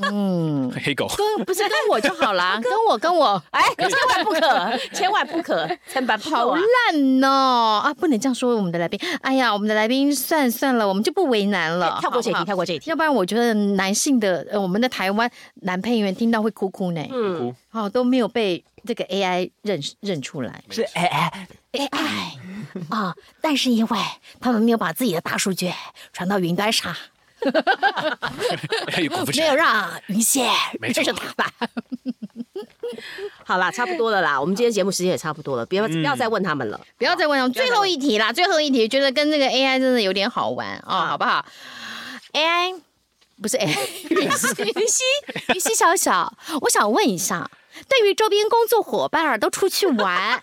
[SPEAKER 7] 嗯，
[SPEAKER 5] 黑狗。
[SPEAKER 7] 跟不是跟我就好啦，跟我跟我
[SPEAKER 8] 哎，千万不可，千万不可，千万不可
[SPEAKER 7] 好
[SPEAKER 8] 啊！
[SPEAKER 7] 烂哦啊，不能这样说我们的来宾。哎呀，我们的来宾算算了，我们就不为难 了，
[SPEAKER 8] 跳过这一题，
[SPEAKER 7] 好不好
[SPEAKER 8] 跳过这一题。
[SPEAKER 7] 要不然我觉得男性的呃，我们的台湾男配音员听到会哭哭呢。
[SPEAKER 8] 嗯，
[SPEAKER 7] 哦，都没有被这个 AI 认认出来
[SPEAKER 6] 是哎哎，
[SPEAKER 7] AI 啊、但是因为他们没有把自己的大数据传到云端上，
[SPEAKER 5] 哎果不其
[SPEAKER 7] 没
[SPEAKER 5] 然
[SPEAKER 7] 有让云线
[SPEAKER 5] 没错
[SPEAKER 7] 认识他吧？
[SPEAKER 8] 好啦，差不多了啦，我们今天节目时间也差不多了，别不要再问他们了。
[SPEAKER 7] 不要再问了，最后一题啦，最后一题，觉得跟这个 AI 真的有点好玩啊、好不好？AI 不是 AI，云 溪云溪云溪小小，我想问一下，对于周边工作伙伴儿都出去 玩，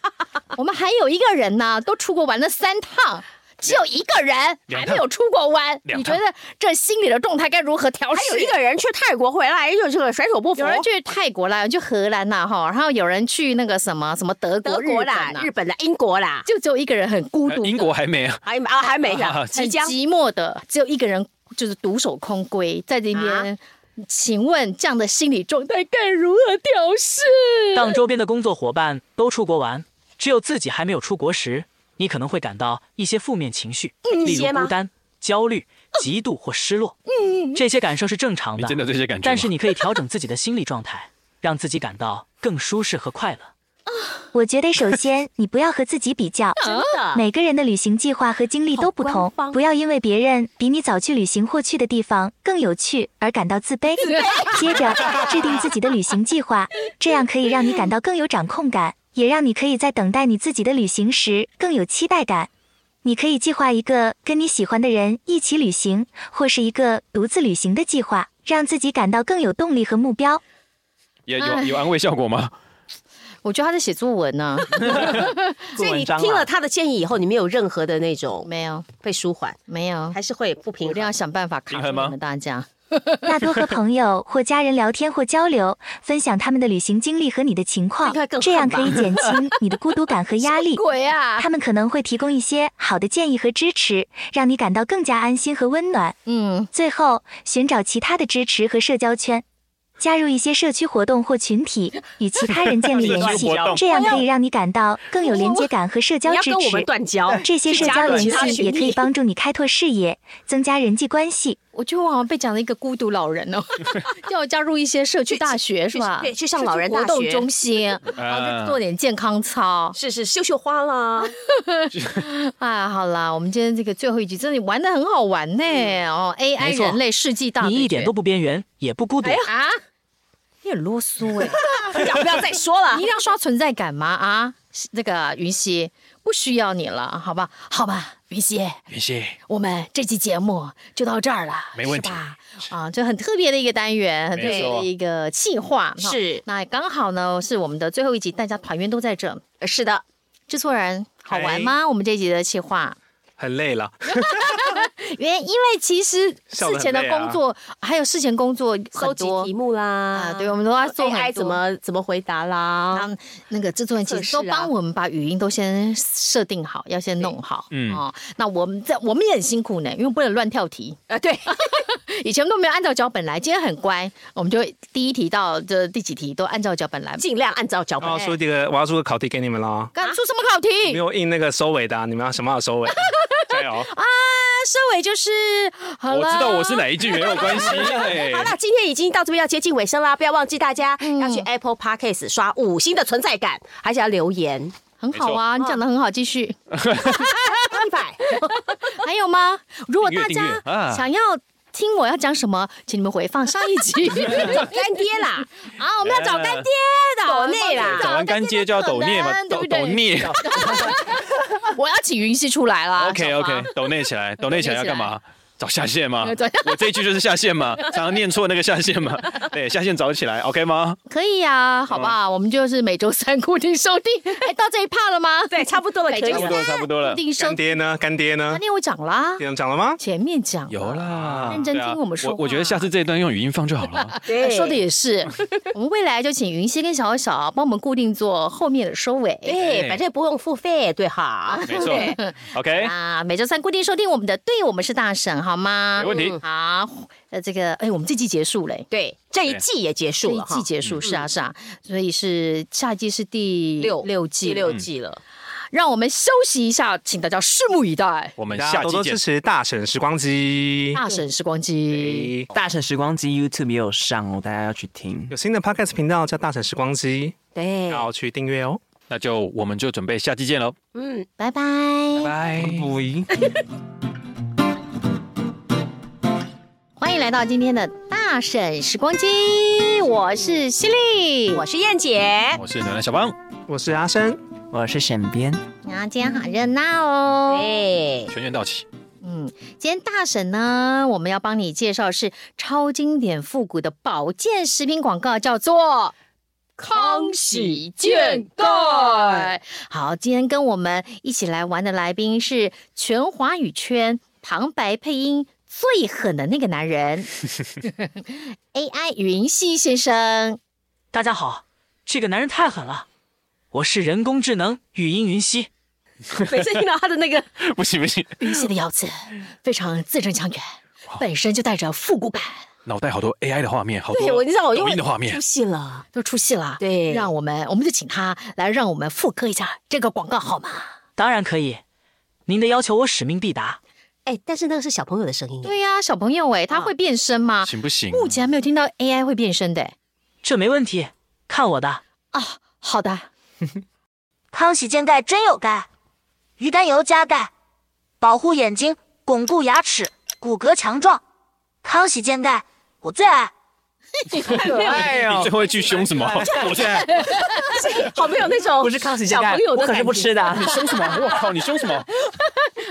[SPEAKER 7] 我们还有一个人呢，都出国玩了三趟。只有一个人
[SPEAKER 5] 两
[SPEAKER 7] 还
[SPEAKER 5] 趟
[SPEAKER 7] 没有出过弯，
[SPEAKER 5] 两
[SPEAKER 7] 你觉
[SPEAKER 5] 趟
[SPEAKER 7] 得这心理的状态该如何调试？
[SPEAKER 8] 还有一个人去泰国回来就这个甩手不服
[SPEAKER 7] 有，人去泰国啦，有人去荷兰啦，哈，然后有人去那个什么什么德国、
[SPEAKER 8] 德国啦
[SPEAKER 7] 日本、
[SPEAKER 8] 日本啦、英国啦，
[SPEAKER 7] 就只有一个人很孤独
[SPEAKER 5] 呃
[SPEAKER 7] 的，
[SPEAKER 5] 英国还没 啊，
[SPEAKER 8] 还啊还没呢，即
[SPEAKER 7] 很
[SPEAKER 8] 将
[SPEAKER 7] 寂寞的，只有一个人就是独守空闺，在这边。请问这样的心理状态该如何调试？
[SPEAKER 3] 当周边的工作伙伴都出国玩，只有自己还没有出国时，你可能会感到一些负面情绪，例
[SPEAKER 8] 一些
[SPEAKER 3] 如
[SPEAKER 8] 吗
[SPEAKER 3] 孤单、焦虑、嫉妒或失落。这些感受是正常
[SPEAKER 5] 你
[SPEAKER 3] 的
[SPEAKER 5] 真，的有这些感觉吗？
[SPEAKER 3] 但是你可以调整自己的心理状态，让自己感到更舒适和快乐。
[SPEAKER 4] 我觉得首先你不要和自己比较，
[SPEAKER 8] 真的
[SPEAKER 4] 每个人的旅行计划和经历都不
[SPEAKER 8] 好
[SPEAKER 4] 同
[SPEAKER 8] 官方，
[SPEAKER 4] 不要因为别人比你早去旅行或去的地方更有趣而感到自卑。接着制定自己的旅行计划，这样可以让你感到更有掌控感，也让你可以在等待你自己的旅行时更有期待感。你可以计划一个跟你喜欢的人一起旅行，或是一个独自旅行的计划，让自己感到更有动力和目标。
[SPEAKER 5] 也有有安慰效果 吗？
[SPEAKER 7] 我觉得他在写作文呢、
[SPEAKER 8] 所以你听了他的建议以后，你没有任何的那种
[SPEAKER 7] 没有，
[SPEAKER 8] 被舒缓，
[SPEAKER 7] 没有，
[SPEAKER 8] 还是会不平
[SPEAKER 7] 我一定要
[SPEAKER 8] 衡。
[SPEAKER 7] 想办法卡
[SPEAKER 5] 平
[SPEAKER 7] 住
[SPEAKER 5] 衡吗
[SPEAKER 7] 你们大家。
[SPEAKER 4] 那多和朋友或家人聊天或交流，分享他们的旅行经历和你的情况
[SPEAKER 8] 应该，更
[SPEAKER 4] 这样可以
[SPEAKER 8] 恨吧
[SPEAKER 4] 减轻你的孤独感和 压力。
[SPEAKER 7] 鬼啊！
[SPEAKER 4] 他们可能会提供一些好的建议和支持，让你感到更加安心和温暖。
[SPEAKER 7] 嗯，
[SPEAKER 4] 最后，寻找其他的支持和社交圈，加入一些社区活动或群体，与其他人建立联系
[SPEAKER 5] 社区活动，
[SPEAKER 4] 这样可以让你感到更有连接感和社交
[SPEAKER 8] 你要
[SPEAKER 4] 支
[SPEAKER 8] 跟我们
[SPEAKER 4] 持。
[SPEAKER 8] 断 交，
[SPEAKER 4] 这些
[SPEAKER 8] 去
[SPEAKER 4] 社
[SPEAKER 8] 加
[SPEAKER 4] 交
[SPEAKER 8] 入
[SPEAKER 4] 联
[SPEAKER 8] 其他
[SPEAKER 4] 系
[SPEAKER 8] 群
[SPEAKER 4] 也可以
[SPEAKER 8] 体
[SPEAKER 4] 帮助你开拓视野，增加人际关系。
[SPEAKER 7] 我觉得我好像被讲了一个孤独老人哦，要加入一些社区大学是吧？
[SPEAKER 8] 对去上老人大
[SPEAKER 7] 社区活动
[SPEAKER 8] 学
[SPEAKER 7] 中 心，然后再做点健康操。
[SPEAKER 8] 是是绣绣花啦，
[SPEAKER 7] 啊，好啦，我们今天这个最后一集真的玩的很好玩呢、哦
[SPEAKER 3] 没
[SPEAKER 7] ，AI
[SPEAKER 3] 错
[SPEAKER 7] 人类世纪大对
[SPEAKER 3] 你
[SPEAKER 7] 决
[SPEAKER 3] 一点都不边缘，也不
[SPEAKER 8] 哎
[SPEAKER 3] 孤独。
[SPEAKER 7] 啊，你很啰嗦哎、
[SPEAKER 8] 要 不要再说了
[SPEAKER 7] 你一？定要刷存在感吗？啊，那个云溪不需要你了，好吧？好吧，云溪，
[SPEAKER 5] 云溪，
[SPEAKER 7] 我们这期节目就到这儿了，
[SPEAKER 5] 没问题
[SPEAKER 7] 是吧啊，这很特别的一个单元，很特别的一个企划哈
[SPEAKER 8] 是
[SPEAKER 7] 那刚好呢是我们的最后一集，大家团圆都在这。
[SPEAKER 8] 是的，
[SPEAKER 7] 制作人好玩吗？我们这集的企划，
[SPEAKER 9] 很累了，
[SPEAKER 7] 因为因为其实事
[SPEAKER 9] 笑得很
[SPEAKER 7] 前的
[SPEAKER 9] 累啊
[SPEAKER 7] 工作、还有事前工作
[SPEAKER 8] 搜
[SPEAKER 7] 很
[SPEAKER 8] 集
[SPEAKER 7] 多
[SPEAKER 8] 题目啦
[SPEAKER 7] 啊，，对，我们都要做很
[SPEAKER 8] AI
[SPEAKER 7] 多嗯
[SPEAKER 8] 怎。么怎么回答啦？
[SPEAKER 5] 啊
[SPEAKER 7] 那那个制作人其
[SPEAKER 8] 测
[SPEAKER 7] 实
[SPEAKER 8] 试
[SPEAKER 7] 都
[SPEAKER 8] 啊
[SPEAKER 7] 帮我们把语音都先设定好，要先弄好。
[SPEAKER 5] 嗯
[SPEAKER 7] 哦，那我们在我们也很辛苦呢，因为不能乱跳题。
[SPEAKER 8] 啊，对，
[SPEAKER 7] 以前都没有按照脚本来，今天很乖，我们就第一题到这第几题都按照脚本
[SPEAKER 5] 啊
[SPEAKER 7] 来。
[SPEAKER 8] 尽量按照脚
[SPEAKER 9] 我
[SPEAKER 8] 本
[SPEAKER 9] 要。出这个，我要出个考题给你们了，
[SPEAKER 7] 刚出什么考题？
[SPEAKER 9] 没有印那个收尾的啊，你们要想办法收尾，加油！
[SPEAKER 7] 那收尾就是好
[SPEAKER 5] 我
[SPEAKER 7] 了。
[SPEAKER 5] 知道我是哪一句没有关系。哎
[SPEAKER 8] 好了，今天已经到这边要接近尾声啦，不要忘记大家
[SPEAKER 7] 嗯
[SPEAKER 8] 要去 Apple Podcast 刷五星的存在感，还是要留 言。
[SPEAKER 7] 很好啊，你讲的很好，继续。
[SPEAKER 8] 一百，
[SPEAKER 7] 还有吗？如果
[SPEAKER 5] 订
[SPEAKER 7] 大
[SPEAKER 5] 阅订
[SPEAKER 7] 家
[SPEAKER 5] 阅啊
[SPEAKER 7] 想要听我要讲什么，请你们回放上一 集。
[SPEAKER 8] 干爹啦，
[SPEAKER 7] 啊，我们要找干爹的，
[SPEAKER 8] 抖内啦
[SPEAKER 5] 哎讲完干爹就要抖念嘛，
[SPEAKER 7] 对
[SPEAKER 5] 抖
[SPEAKER 7] 不
[SPEAKER 5] 抖
[SPEAKER 7] 对？
[SPEAKER 5] 念。
[SPEAKER 7] 我要请云溪出 来啦。
[SPEAKER 5] OK
[SPEAKER 7] 小芳
[SPEAKER 5] OK，抖内起来， 抖内起来要干嘛？ 找下线嘛
[SPEAKER 7] 找下，
[SPEAKER 5] 我这一句就是下线嘛， 常常念错那个下线 嘛，对，下线找起来，OK 吗？
[SPEAKER 7] 可以呀、
[SPEAKER 5] 嗯
[SPEAKER 7] 好不好？我们就是每周三固定收听。 哎，到这一趴了吗？
[SPEAKER 8] 对，差不多了，可以
[SPEAKER 5] 哎差不
[SPEAKER 8] 了。
[SPEAKER 5] 多了，差不多
[SPEAKER 7] 固
[SPEAKER 5] 了，
[SPEAKER 7] 定收听。
[SPEAKER 9] 干爹呢？干爹呢
[SPEAKER 7] 那？天我讲啦，
[SPEAKER 9] 店长讲了吗？
[SPEAKER 7] 前面讲
[SPEAKER 5] 啊有啦，
[SPEAKER 7] 认真
[SPEAKER 5] 对啊
[SPEAKER 7] 听我们说
[SPEAKER 5] 我我觉得
[SPEAKER 7] 话
[SPEAKER 5] 下次哎这一段用语音放就好 了。
[SPEAKER 7] 呃
[SPEAKER 8] 对
[SPEAKER 7] 说的也 是，我们未来就请云溪跟小小帮我们固定做后面的收尾。
[SPEAKER 5] 哎
[SPEAKER 8] 对，哎反正不用付费，对哈。
[SPEAKER 5] 没错，OK，
[SPEAKER 7] 啊，每周三固定收听我们的，对我们是大神，好吗？嗯
[SPEAKER 5] 没问题
[SPEAKER 7] 好，呃，这个，哎，我们这季结束嘞，
[SPEAKER 8] 对，这一季也结
[SPEAKER 7] 这
[SPEAKER 8] 束
[SPEAKER 7] 一
[SPEAKER 8] 了哈
[SPEAKER 7] 季，结束，是啊，是啊，所以是下一季是第
[SPEAKER 8] 六
[SPEAKER 7] 六季
[SPEAKER 8] 第
[SPEAKER 7] 了，
[SPEAKER 8] 六
[SPEAKER 5] 嗯
[SPEAKER 8] 季了，
[SPEAKER 7] 让我们休息一下，请大家拭目以待。
[SPEAKER 5] 我们
[SPEAKER 9] 大
[SPEAKER 5] 下
[SPEAKER 9] 家多
[SPEAKER 5] 期
[SPEAKER 9] 多
[SPEAKER 5] 见
[SPEAKER 9] 支。持大婶时光机。
[SPEAKER 7] 大婶时光机，
[SPEAKER 6] 大婶时光机 YouTube 也有上哦，大家要去听。
[SPEAKER 9] 有新的 podcast 频道叫大婶时光机，
[SPEAKER 8] 对，
[SPEAKER 9] 要去订阅哦。
[SPEAKER 5] 那就我们就准备下期见喽，
[SPEAKER 8] 嗯。
[SPEAKER 7] 拜拜。
[SPEAKER 5] 拜。
[SPEAKER 6] 不一。
[SPEAKER 7] 欢迎来到今天的大婶时光机，我是犀利，
[SPEAKER 8] 我是燕姐，
[SPEAKER 5] 我是暖暖小邦，
[SPEAKER 9] 我是阿生，
[SPEAKER 6] 我是沈编，
[SPEAKER 7] 啊，今天好热闹哦。
[SPEAKER 8] 哎，
[SPEAKER 5] 全员到齐，
[SPEAKER 7] 嗯，今天大婶呢，我们要帮你介绍是超经典复古的保健食品广告，叫做。康喜健钙。好，今天跟我们一起来玩的来宾是全华语圈旁白配音最狠的那个男 人，AI 云溪先生。
[SPEAKER 3] 大家好，这个男人太狠了，我是人工智能语音云溪。
[SPEAKER 8] 每次听到他的那个，
[SPEAKER 5] 不行不行，
[SPEAKER 7] 云溪的咬字非常字正腔圆，本身就带着复古感，
[SPEAKER 5] 脑袋好多 AI 的画面，好
[SPEAKER 8] 对我
[SPEAKER 5] 多
[SPEAKER 8] 你知道我
[SPEAKER 5] 抖
[SPEAKER 8] 用
[SPEAKER 5] 音的画面
[SPEAKER 8] 出，戏了，
[SPEAKER 7] 都出戏了。
[SPEAKER 8] 对
[SPEAKER 7] 让我们我们就请他来，让我们复刻一下这个广告好吗？
[SPEAKER 3] 当然可以，您的要求我使命必达。
[SPEAKER 8] 哎，但是那个是小朋友的声音，
[SPEAKER 7] 对呀、小朋友哎，他会变身吗？
[SPEAKER 5] 行不行？
[SPEAKER 7] 目前还没有听到 AI 会变身的哎
[SPEAKER 3] 这没问题，看我的。
[SPEAKER 7] 啊。好 的，
[SPEAKER 10] 康喜健钙真有钙，鱼肝油加钙，保护眼睛，巩固牙齿，骨骼强壮。康喜健钙，我最爱。
[SPEAKER 8] 可爱
[SPEAKER 5] 你最后一句凶什么？ 我现在
[SPEAKER 8] 好没有那种
[SPEAKER 6] 不是康熙
[SPEAKER 8] 哦小朋友的
[SPEAKER 6] 我可是
[SPEAKER 8] 感
[SPEAKER 6] 不
[SPEAKER 8] 觉
[SPEAKER 6] 吃的。
[SPEAKER 5] 你凶什么？我靠，你凶什么？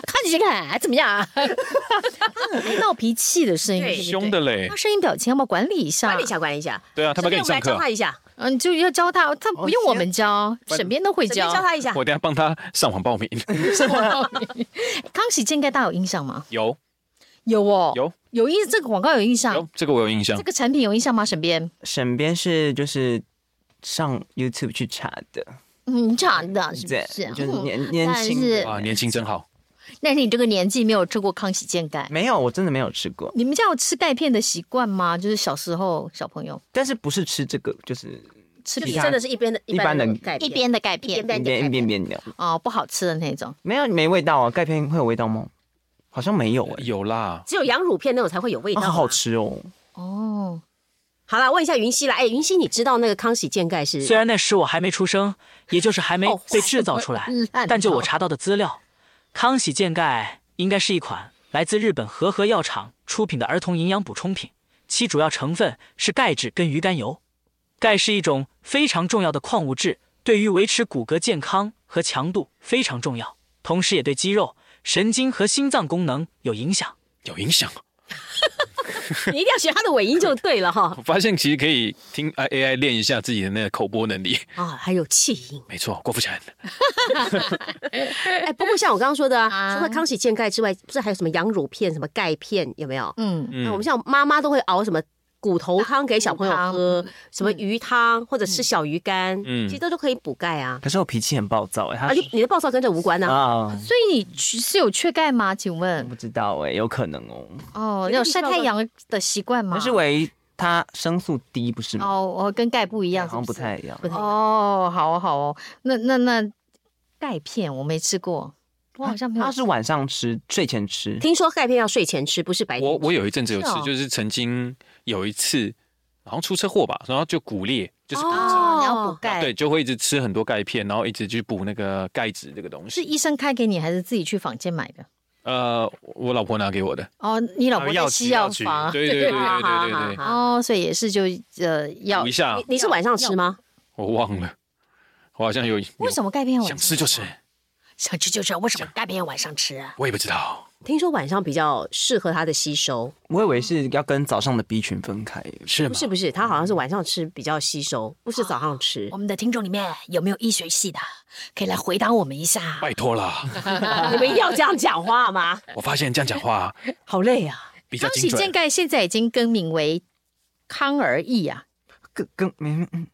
[SPEAKER 7] 看你这个 哎怎么样啊？他很闹脾气的声音，
[SPEAKER 8] 对
[SPEAKER 7] 对不对
[SPEAKER 5] 凶的嘞
[SPEAKER 7] 他，声音表情要不要管理一下？
[SPEAKER 8] 管理一，下，管理一下。
[SPEAKER 5] 对啊，他们给
[SPEAKER 8] 要
[SPEAKER 5] 你
[SPEAKER 8] 不然
[SPEAKER 5] 上
[SPEAKER 8] 我们来教他
[SPEAKER 5] 课，
[SPEAKER 8] 一下，
[SPEAKER 7] 嗯，你就要教他，他不用我们教，沈哦编都会
[SPEAKER 8] 怎
[SPEAKER 7] 教
[SPEAKER 8] 么。教他一下？
[SPEAKER 5] 我等一下帮他上网报名。
[SPEAKER 7] 康熙健盖大家有印象吗？
[SPEAKER 5] 有，
[SPEAKER 7] 有哦，
[SPEAKER 5] 有
[SPEAKER 7] 有印这个广告有印象
[SPEAKER 5] 有，这个我有印象
[SPEAKER 7] 啊这。个产品有印象吗？沈编，
[SPEAKER 6] 沈编是就是上 YouTube 去查的，
[SPEAKER 7] 嗯，这样的是不
[SPEAKER 6] 对，
[SPEAKER 7] 是？
[SPEAKER 6] 就是
[SPEAKER 7] 嗯
[SPEAKER 6] 年年
[SPEAKER 7] 但
[SPEAKER 6] 轻
[SPEAKER 7] 是
[SPEAKER 6] 的
[SPEAKER 5] 啊，年轻真好，
[SPEAKER 7] 但是你这个年纪没有吃过康喜健钙，
[SPEAKER 6] 没有，我真的没有吃过，
[SPEAKER 7] 你们家有吃钙片的习惯吗？就是小时候小朋友
[SPEAKER 6] 但是不是吃这个，就是
[SPEAKER 7] 吃
[SPEAKER 6] 就
[SPEAKER 7] 比
[SPEAKER 6] 是
[SPEAKER 7] 较
[SPEAKER 8] 真的是一边的
[SPEAKER 6] 一般人
[SPEAKER 8] 改
[SPEAKER 7] 一
[SPEAKER 8] 变
[SPEAKER 7] 边的钙片
[SPEAKER 8] 一边
[SPEAKER 6] 一边一边边的，
[SPEAKER 7] 哦，不好吃的那种。
[SPEAKER 6] 没有没味道啊，钙片会有味道吗？好像没有哎、
[SPEAKER 5] 有啦，
[SPEAKER 8] 只有羊乳片那种才会有味道、
[SPEAKER 6] 啊好好。吃哦，
[SPEAKER 7] 哦，
[SPEAKER 8] 好啦，问一下云溪啦，哎，云溪，你知道那个康喜健钙是？
[SPEAKER 3] 虽然那时我还没出生，也就是还没
[SPEAKER 8] 哦
[SPEAKER 3] 被制造出来，
[SPEAKER 7] 烂
[SPEAKER 3] 但就
[SPEAKER 7] 到
[SPEAKER 3] 我查到的资料，康喜健钙应该是一款来自日本和和药厂出品的儿童营养补充品，其主要成分是钙质跟鱼肝油。钙是一种非常重要的矿物质，对于维持骨骼健康和强度非常重要，同时也对肌肉、神经和心脏功能有影响。
[SPEAKER 5] 有影响。
[SPEAKER 8] 你一定要学他的尾音就对了 哈。
[SPEAKER 5] 我发现其实可以听 I A I 练一下自己的那个口播能力。
[SPEAKER 8] 啊，还有气音。
[SPEAKER 5] 没错，郭富城
[SPEAKER 8] 哎，不过像我刚刚说的啊，
[SPEAKER 7] 啊
[SPEAKER 8] 除了康喜健钙之外，不是还有什么羊乳片、什么钙片，有没有？
[SPEAKER 7] 嗯，
[SPEAKER 5] 嗯
[SPEAKER 8] 那啊我们像妈妈都会熬什么骨头汤给小朋友喝，什么鱼汤或者是小鱼干，
[SPEAKER 5] 嗯
[SPEAKER 8] 其实都都可以补钙啊。
[SPEAKER 6] 可是我脾气很暴躁哎、
[SPEAKER 8] 啊，
[SPEAKER 6] 欸，
[SPEAKER 8] 你你的暴躁跟这无关
[SPEAKER 6] 他
[SPEAKER 8] 呢、
[SPEAKER 6] 啊，
[SPEAKER 7] 所以你是有缺钙吗？请问
[SPEAKER 6] 不知道哎、有可能哦，
[SPEAKER 7] 哦，有晒太阳的习惯吗？
[SPEAKER 6] 可是维他生素低不是吗？
[SPEAKER 7] 哦，我跟钙不一样，
[SPEAKER 6] 好像
[SPEAKER 7] 是
[SPEAKER 6] 不
[SPEAKER 7] 是
[SPEAKER 6] 太一样
[SPEAKER 8] 不。太
[SPEAKER 7] 哦，好哦好哦，那那那钙片我没吃过，我好像没有
[SPEAKER 6] 他是晚上吃，睡前吃。
[SPEAKER 8] 听说钙片要睡前吃，不是白天
[SPEAKER 5] 我我有一阵子有吃
[SPEAKER 7] 是哦，
[SPEAKER 5] 就是曾经有一次，好像出车祸吧，然后就骨裂，就是骨折，
[SPEAKER 6] 啊
[SPEAKER 7] 哦，你要
[SPEAKER 8] 哦
[SPEAKER 7] 补钙，
[SPEAKER 5] 对，，就会一直吃很多钙片，然后一直去补那个钙质这个东
[SPEAKER 7] 是
[SPEAKER 5] 西。
[SPEAKER 7] 医生开给你还是自己去房间买的？
[SPEAKER 5] 呃，我老婆拿给我的，
[SPEAKER 7] 哦，你老婆在
[SPEAKER 9] 药
[SPEAKER 7] 西
[SPEAKER 9] 局
[SPEAKER 7] 药
[SPEAKER 9] 药局
[SPEAKER 7] 房
[SPEAKER 5] 对对对对对
[SPEAKER 8] 好
[SPEAKER 5] 对
[SPEAKER 8] 好
[SPEAKER 5] 对，
[SPEAKER 8] 好
[SPEAKER 7] 哦，所以也是就呃要
[SPEAKER 5] 补一下
[SPEAKER 8] 啊你，你是晚上吃吗？
[SPEAKER 5] 我忘了，我好像有
[SPEAKER 7] 为什
[SPEAKER 5] 么
[SPEAKER 7] 么钙片晚上
[SPEAKER 5] 想吃就吃，
[SPEAKER 8] 想吃就吃，为什么钙片要晚上吃啊？
[SPEAKER 5] 我也不知道，
[SPEAKER 8] 听说晚上比较适合它的吸收，
[SPEAKER 6] 我以为是要跟早上的 B 群分开，
[SPEAKER 5] 是
[SPEAKER 8] 不
[SPEAKER 5] 吗？嗯
[SPEAKER 8] 是不是，它好像是晚上吃比较吸收，不是早上吃。
[SPEAKER 2] 我们的听众里面有没有医学系的？可以来回答我们一下。
[SPEAKER 5] 拜托 啦，
[SPEAKER 8] 你们一定要这样讲话 吗？
[SPEAKER 5] 我发现这样 讲话
[SPEAKER 8] 好累啊！
[SPEAKER 5] 比较
[SPEAKER 7] 康
[SPEAKER 5] 精
[SPEAKER 7] 喜健
[SPEAKER 5] 准。
[SPEAKER 7] 钙现在已经更名为康而益啊，
[SPEAKER 6] 跟跟嗯嗯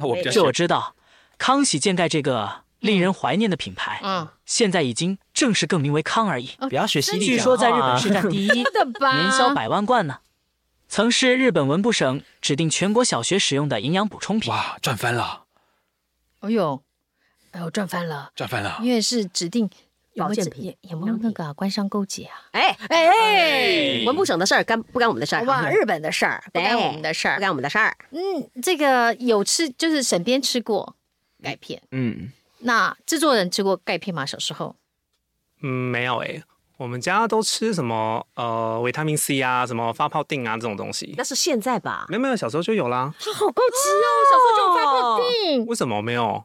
[SPEAKER 5] 我比较喜
[SPEAKER 3] 这
[SPEAKER 5] 欢
[SPEAKER 3] 我知道，康喜健钙这个令人怀念的品牌，
[SPEAKER 7] 嗯，
[SPEAKER 3] 现在已经正式更名为康而已。
[SPEAKER 6] 不要学西
[SPEAKER 3] 据
[SPEAKER 6] 力
[SPEAKER 3] 说
[SPEAKER 6] 讲
[SPEAKER 3] 在日
[SPEAKER 6] 话啊，
[SPEAKER 3] 本是占第一，
[SPEAKER 7] 真的吧？
[SPEAKER 3] 年销百万罐呢。曾是日本文部省指定全国小学使用的营养补充品。
[SPEAKER 5] 哇，赚翻了，
[SPEAKER 7] 哎呦，哎呦，赚翻了，
[SPEAKER 5] 赚翻了！
[SPEAKER 7] 因为是指定有没
[SPEAKER 8] 保
[SPEAKER 7] 有
[SPEAKER 8] 健
[SPEAKER 7] 指
[SPEAKER 8] 品
[SPEAKER 7] 有有没有那个啊官商勾结啊？
[SPEAKER 8] 哎，
[SPEAKER 7] 哎哎，
[SPEAKER 8] 文部省的事儿干不干我们的事儿？
[SPEAKER 7] 好吧，日本的事儿不
[SPEAKER 8] 对
[SPEAKER 7] 干我们的事
[SPEAKER 8] 不
[SPEAKER 7] 儿。
[SPEAKER 8] 干我们的事儿。
[SPEAKER 7] 嗯，这个有吃，就是沈边吃过钙片，
[SPEAKER 6] 嗯，
[SPEAKER 7] 那制作人吃过钙片吗？小时候
[SPEAKER 9] 嗯，没有诶、我们家都吃什么呃维他命 C 啊，什么发泡定啊这种东西。
[SPEAKER 8] 那是现在吧？
[SPEAKER 9] 没有没有，小时候就有啦。
[SPEAKER 7] 他好高级哦，小时候就有发泡定，
[SPEAKER 9] 为什么没有？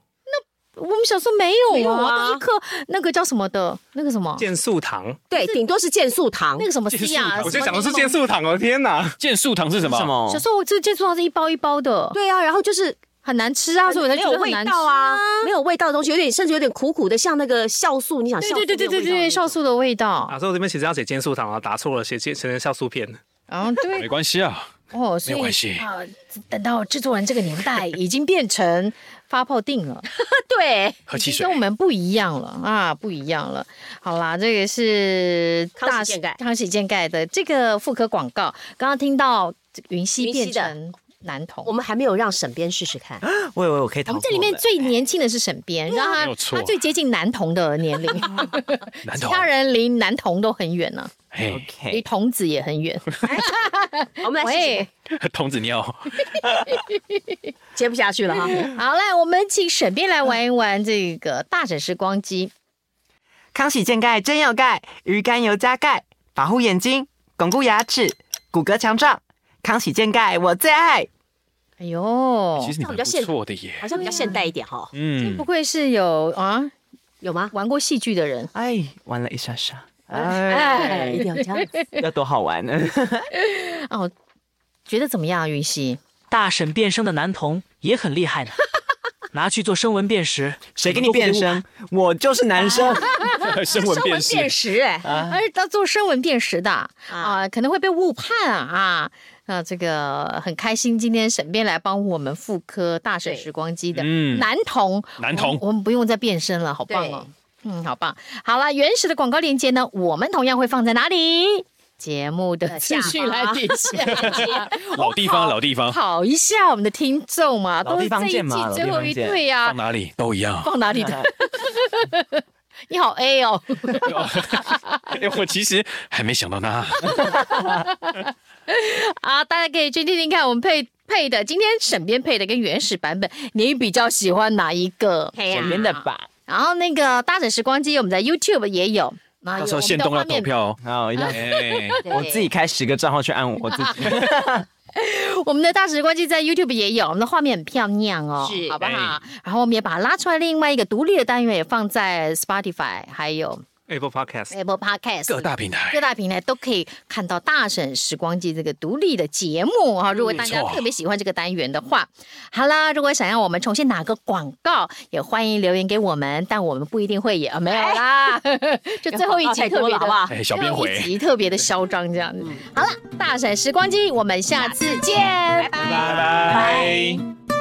[SPEAKER 7] 我们小时候没有
[SPEAKER 8] 没有
[SPEAKER 7] 啊，
[SPEAKER 8] 啊
[SPEAKER 7] 都一颗那个叫什么的，那个什么，
[SPEAKER 9] 健素糖，
[SPEAKER 8] 对，顶多是健素糖
[SPEAKER 7] 那。个什么 C 啊，
[SPEAKER 9] 我
[SPEAKER 7] 什
[SPEAKER 9] 就
[SPEAKER 7] 么
[SPEAKER 9] 想的是
[SPEAKER 7] 柠檬
[SPEAKER 9] 健素糖哦，天哪！
[SPEAKER 5] 健素糖是什么？
[SPEAKER 6] 什么
[SPEAKER 7] 小时候哦我就接触到是一包一包的，
[SPEAKER 8] 对啊，然后就是
[SPEAKER 7] 很难吃啊，所以我才
[SPEAKER 8] 没
[SPEAKER 7] 觉
[SPEAKER 8] 有
[SPEAKER 7] 得很
[SPEAKER 8] 味
[SPEAKER 7] 难吃
[SPEAKER 8] 道啊，没有味道的东西，有点甚至有点苦苦的，像那个酵素。你想酵
[SPEAKER 7] 对
[SPEAKER 8] 素
[SPEAKER 7] 对对对对对
[SPEAKER 8] 那种
[SPEAKER 7] 对，酵
[SPEAKER 8] 味道
[SPEAKER 7] 素的味道。
[SPEAKER 9] 啊，所以我这边其实要写健素糖啊，打错了，写写成酵素片。
[SPEAKER 7] 然后对
[SPEAKER 5] 没关系啊，
[SPEAKER 7] 哦，所
[SPEAKER 5] 没有
[SPEAKER 7] 以
[SPEAKER 5] 关系
[SPEAKER 7] 啊，等到制作人这个年代，已经变成发泡定了，
[SPEAKER 8] 对
[SPEAKER 5] 喝
[SPEAKER 7] 已
[SPEAKER 5] 汽
[SPEAKER 7] 经
[SPEAKER 5] 水
[SPEAKER 7] 跟。我们不一样了啊，不一样了。好啦，这个是
[SPEAKER 8] 康喜
[SPEAKER 7] 大
[SPEAKER 8] 健钙
[SPEAKER 7] 康喜健钙的这个妇科广告。刚刚听到云溪
[SPEAKER 8] 云溪
[SPEAKER 7] 变
[SPEAKER 8] 的
[SPEAKER 7] 成男童
[SPEAKER 8] 我，们还没有让沈编试试 看。
[SPEAKER 6] 我以为我可以逃
[SPEAKER 7] 我们
[SPEAKER 6] 过的。
[SPEAKER 7] 这里面最年轻的是沈编，让
[SPEAKER 5] 没
[SPEAKER 7] 他
[SPEAKER 5] 有错
[SPEAKER 7] 他最接近男童的年龄，
[SPEAKER 5] 男
[SPEAKER 7] 其
[SPEAKER 5] 童，
[SPEAKER 7] 他人离男童都很远呢、
[SPEAKER 5] 嘿，
[SPEAKER 7] 离
[SPEAKER 6] OK，
[SPEAKER 7] 童子也很 远。
[SPEAKER 8] 我们来试试看
[SPEAKER 7] 喂，
[SPEAKER 5] 童子尿，
[SPEAKER 7] 哦
[SPEAKER 8] 接不下去了哈。
[SPEAKER 7] 好嘞，我们请沈编来玩一玩这个大婶时光机。
[SPEAKER 6] 康喜健钙真有钙，鱼肝油加钙，保护眼睛，巩固牙齿，骨骼强壮。康喜健钙我最爱。
[SPEAKER 7] 哎呦
[SPEAKER 5] 其，实你们不错的耶。
[SPEAKER 8] 好像比较现代一点哈，
[SPEAKER 5] 嗯
[SPEAKER 7] 不，愧是有啊
[SPEAKER 8] 有吗？
[SPEAKER 7] 玩过戏剧的人。
[SPEAKER 6] 哎，玩了一下下，
[SPEAKER 8] 哎，一
[SPEAKER 6] 哎，
[SPEAKER 8] 定要这样子。
[SPEAKER 6] 要多好玩呢！
[SPEAKER 7] 哦，觉得怎么样啊，云溪？
[SPEAKER 3] 大婶变声的男童也很厉害呢。拿去做声纹辨识。
[SPEAKER 6] 谁给你变声？我就是男 生。
[SPEAKER 5] 声纹辨识，
[SPEAKER 7] 识哎，
[SPEAKER 6] 啊
[SPEAKER 7] 而且他做声纹辨识的啊、可能会被误判啊啊。那、这个很开心，今天沈编来帮我们妇科大婶时光机的
[SPEAKER 5] 嗯
[SPEAKER 7] 男童，
[SPEAKER 5] 男童
[SPEAKER 7] 我们我们不用再变身了，好棒哦，嗯，好棒。好了，原始的广告链接呢，我们同样会放在哪里？节目的次序来底下，
[SPEAKER 5] 老地方，老地方，
[SPEAKER 7] 跑一下我们的听众嘛，
[SPEAKER 6] 老
[SPEAKER 7] 都是这
[SPEAKER 6] 地方
[SPEAKER 7] 一
[SPEAKER 6] 见嘛
[SPEAKER 7] 季
[SPEAKER 6] 老
[SPEAKER 7] 最
[SPEAKER 6] 地
[SPEAKER 7] 后
[SPEAKER 6] 方
[SPEAKER 7] 一
[SPEAKER 6] 见
[SPEAKER 7] 对呀、
[SPEAKER 5] 到哪里都一样。
[SPEAKER 7] 放哪里的？ 你好 A 哦，
[SPEAKER 5] 哎我其实还没想到那。
[SPEAKER 7] 啊，大家可以去听听看我们配配的，今天沈编配的跟原始版本，你比较喜欢哪一个？
[SPEAKER 1] 沈
[SPEAKER 7] 编的版。然后那个大婶时光机，我们在 YouTube 也有，那
[SPEAKER 5] 到
[SPEAKER 7] 有
[SPEAKER 5] 时候
[SPEAKER 7] 我们
[SPEAKER 5] 限
[SPEAKER 7] 的
[SPEAKER 5] 动
[SPEAKER 7] 画
[SPEAKER 5] 要投
[SPEAKER 7] 面，
[SPEAKER 5] 票哦。
[SPEAKER 6] 好，一定要
[SPEAKER 5] 哎，
[SPEAKER 7] 对
[SPEAKER 6] 我自己开十个账号去按我自己。
[SPEAKER 7] 我们的大婶时光机在 YouTube 也有，我们的画面很漂亮哦，
[SPEAKER 1] 是
[SPEAKER 7] 好不好？
[SPEAKER 5] 哎
[SPEAKER 7] 然后我们也把它拉出来，另外一个独立的单元也放在 Spotify 还有
[SPEAKER 9] Apple Podcast，
[SPEAKER 7] Apple Podcast
[SPEAKER 5] 各大平台
[SPEAKER 8] 哎
[SPEAKER 7] 各大平台都可以看到《大婶时光机》这个独立的节目
[SPEAKER 8] 嗯
[SPEAKER 7] 啊。如果大家
[SPEAKER 5] 没错
[SPEAKER 7] 特别喜欢这个单元的话，好啦，如果想要我们重现哪个广告，也欢迎留言给我们，但我们不一定会演，啊没有 啦，就最后一集特
[SPEAKER 8] 广告太多
[SPEAKER 7] 别
[SPEAKER 8] 了
[SPEAKER 7] 的
[SPEAKER 8] 好不好
[SPEAKER 5] 哎小编回
[SPEAKER 7] 最后一集特别的嚣张这样
[SPEAKER 8] 嗯
[SPEAKER 7] 子。好了，《大婶时光机》，我们下次见，拜拜。
[SPEAKER 5] 拜拜。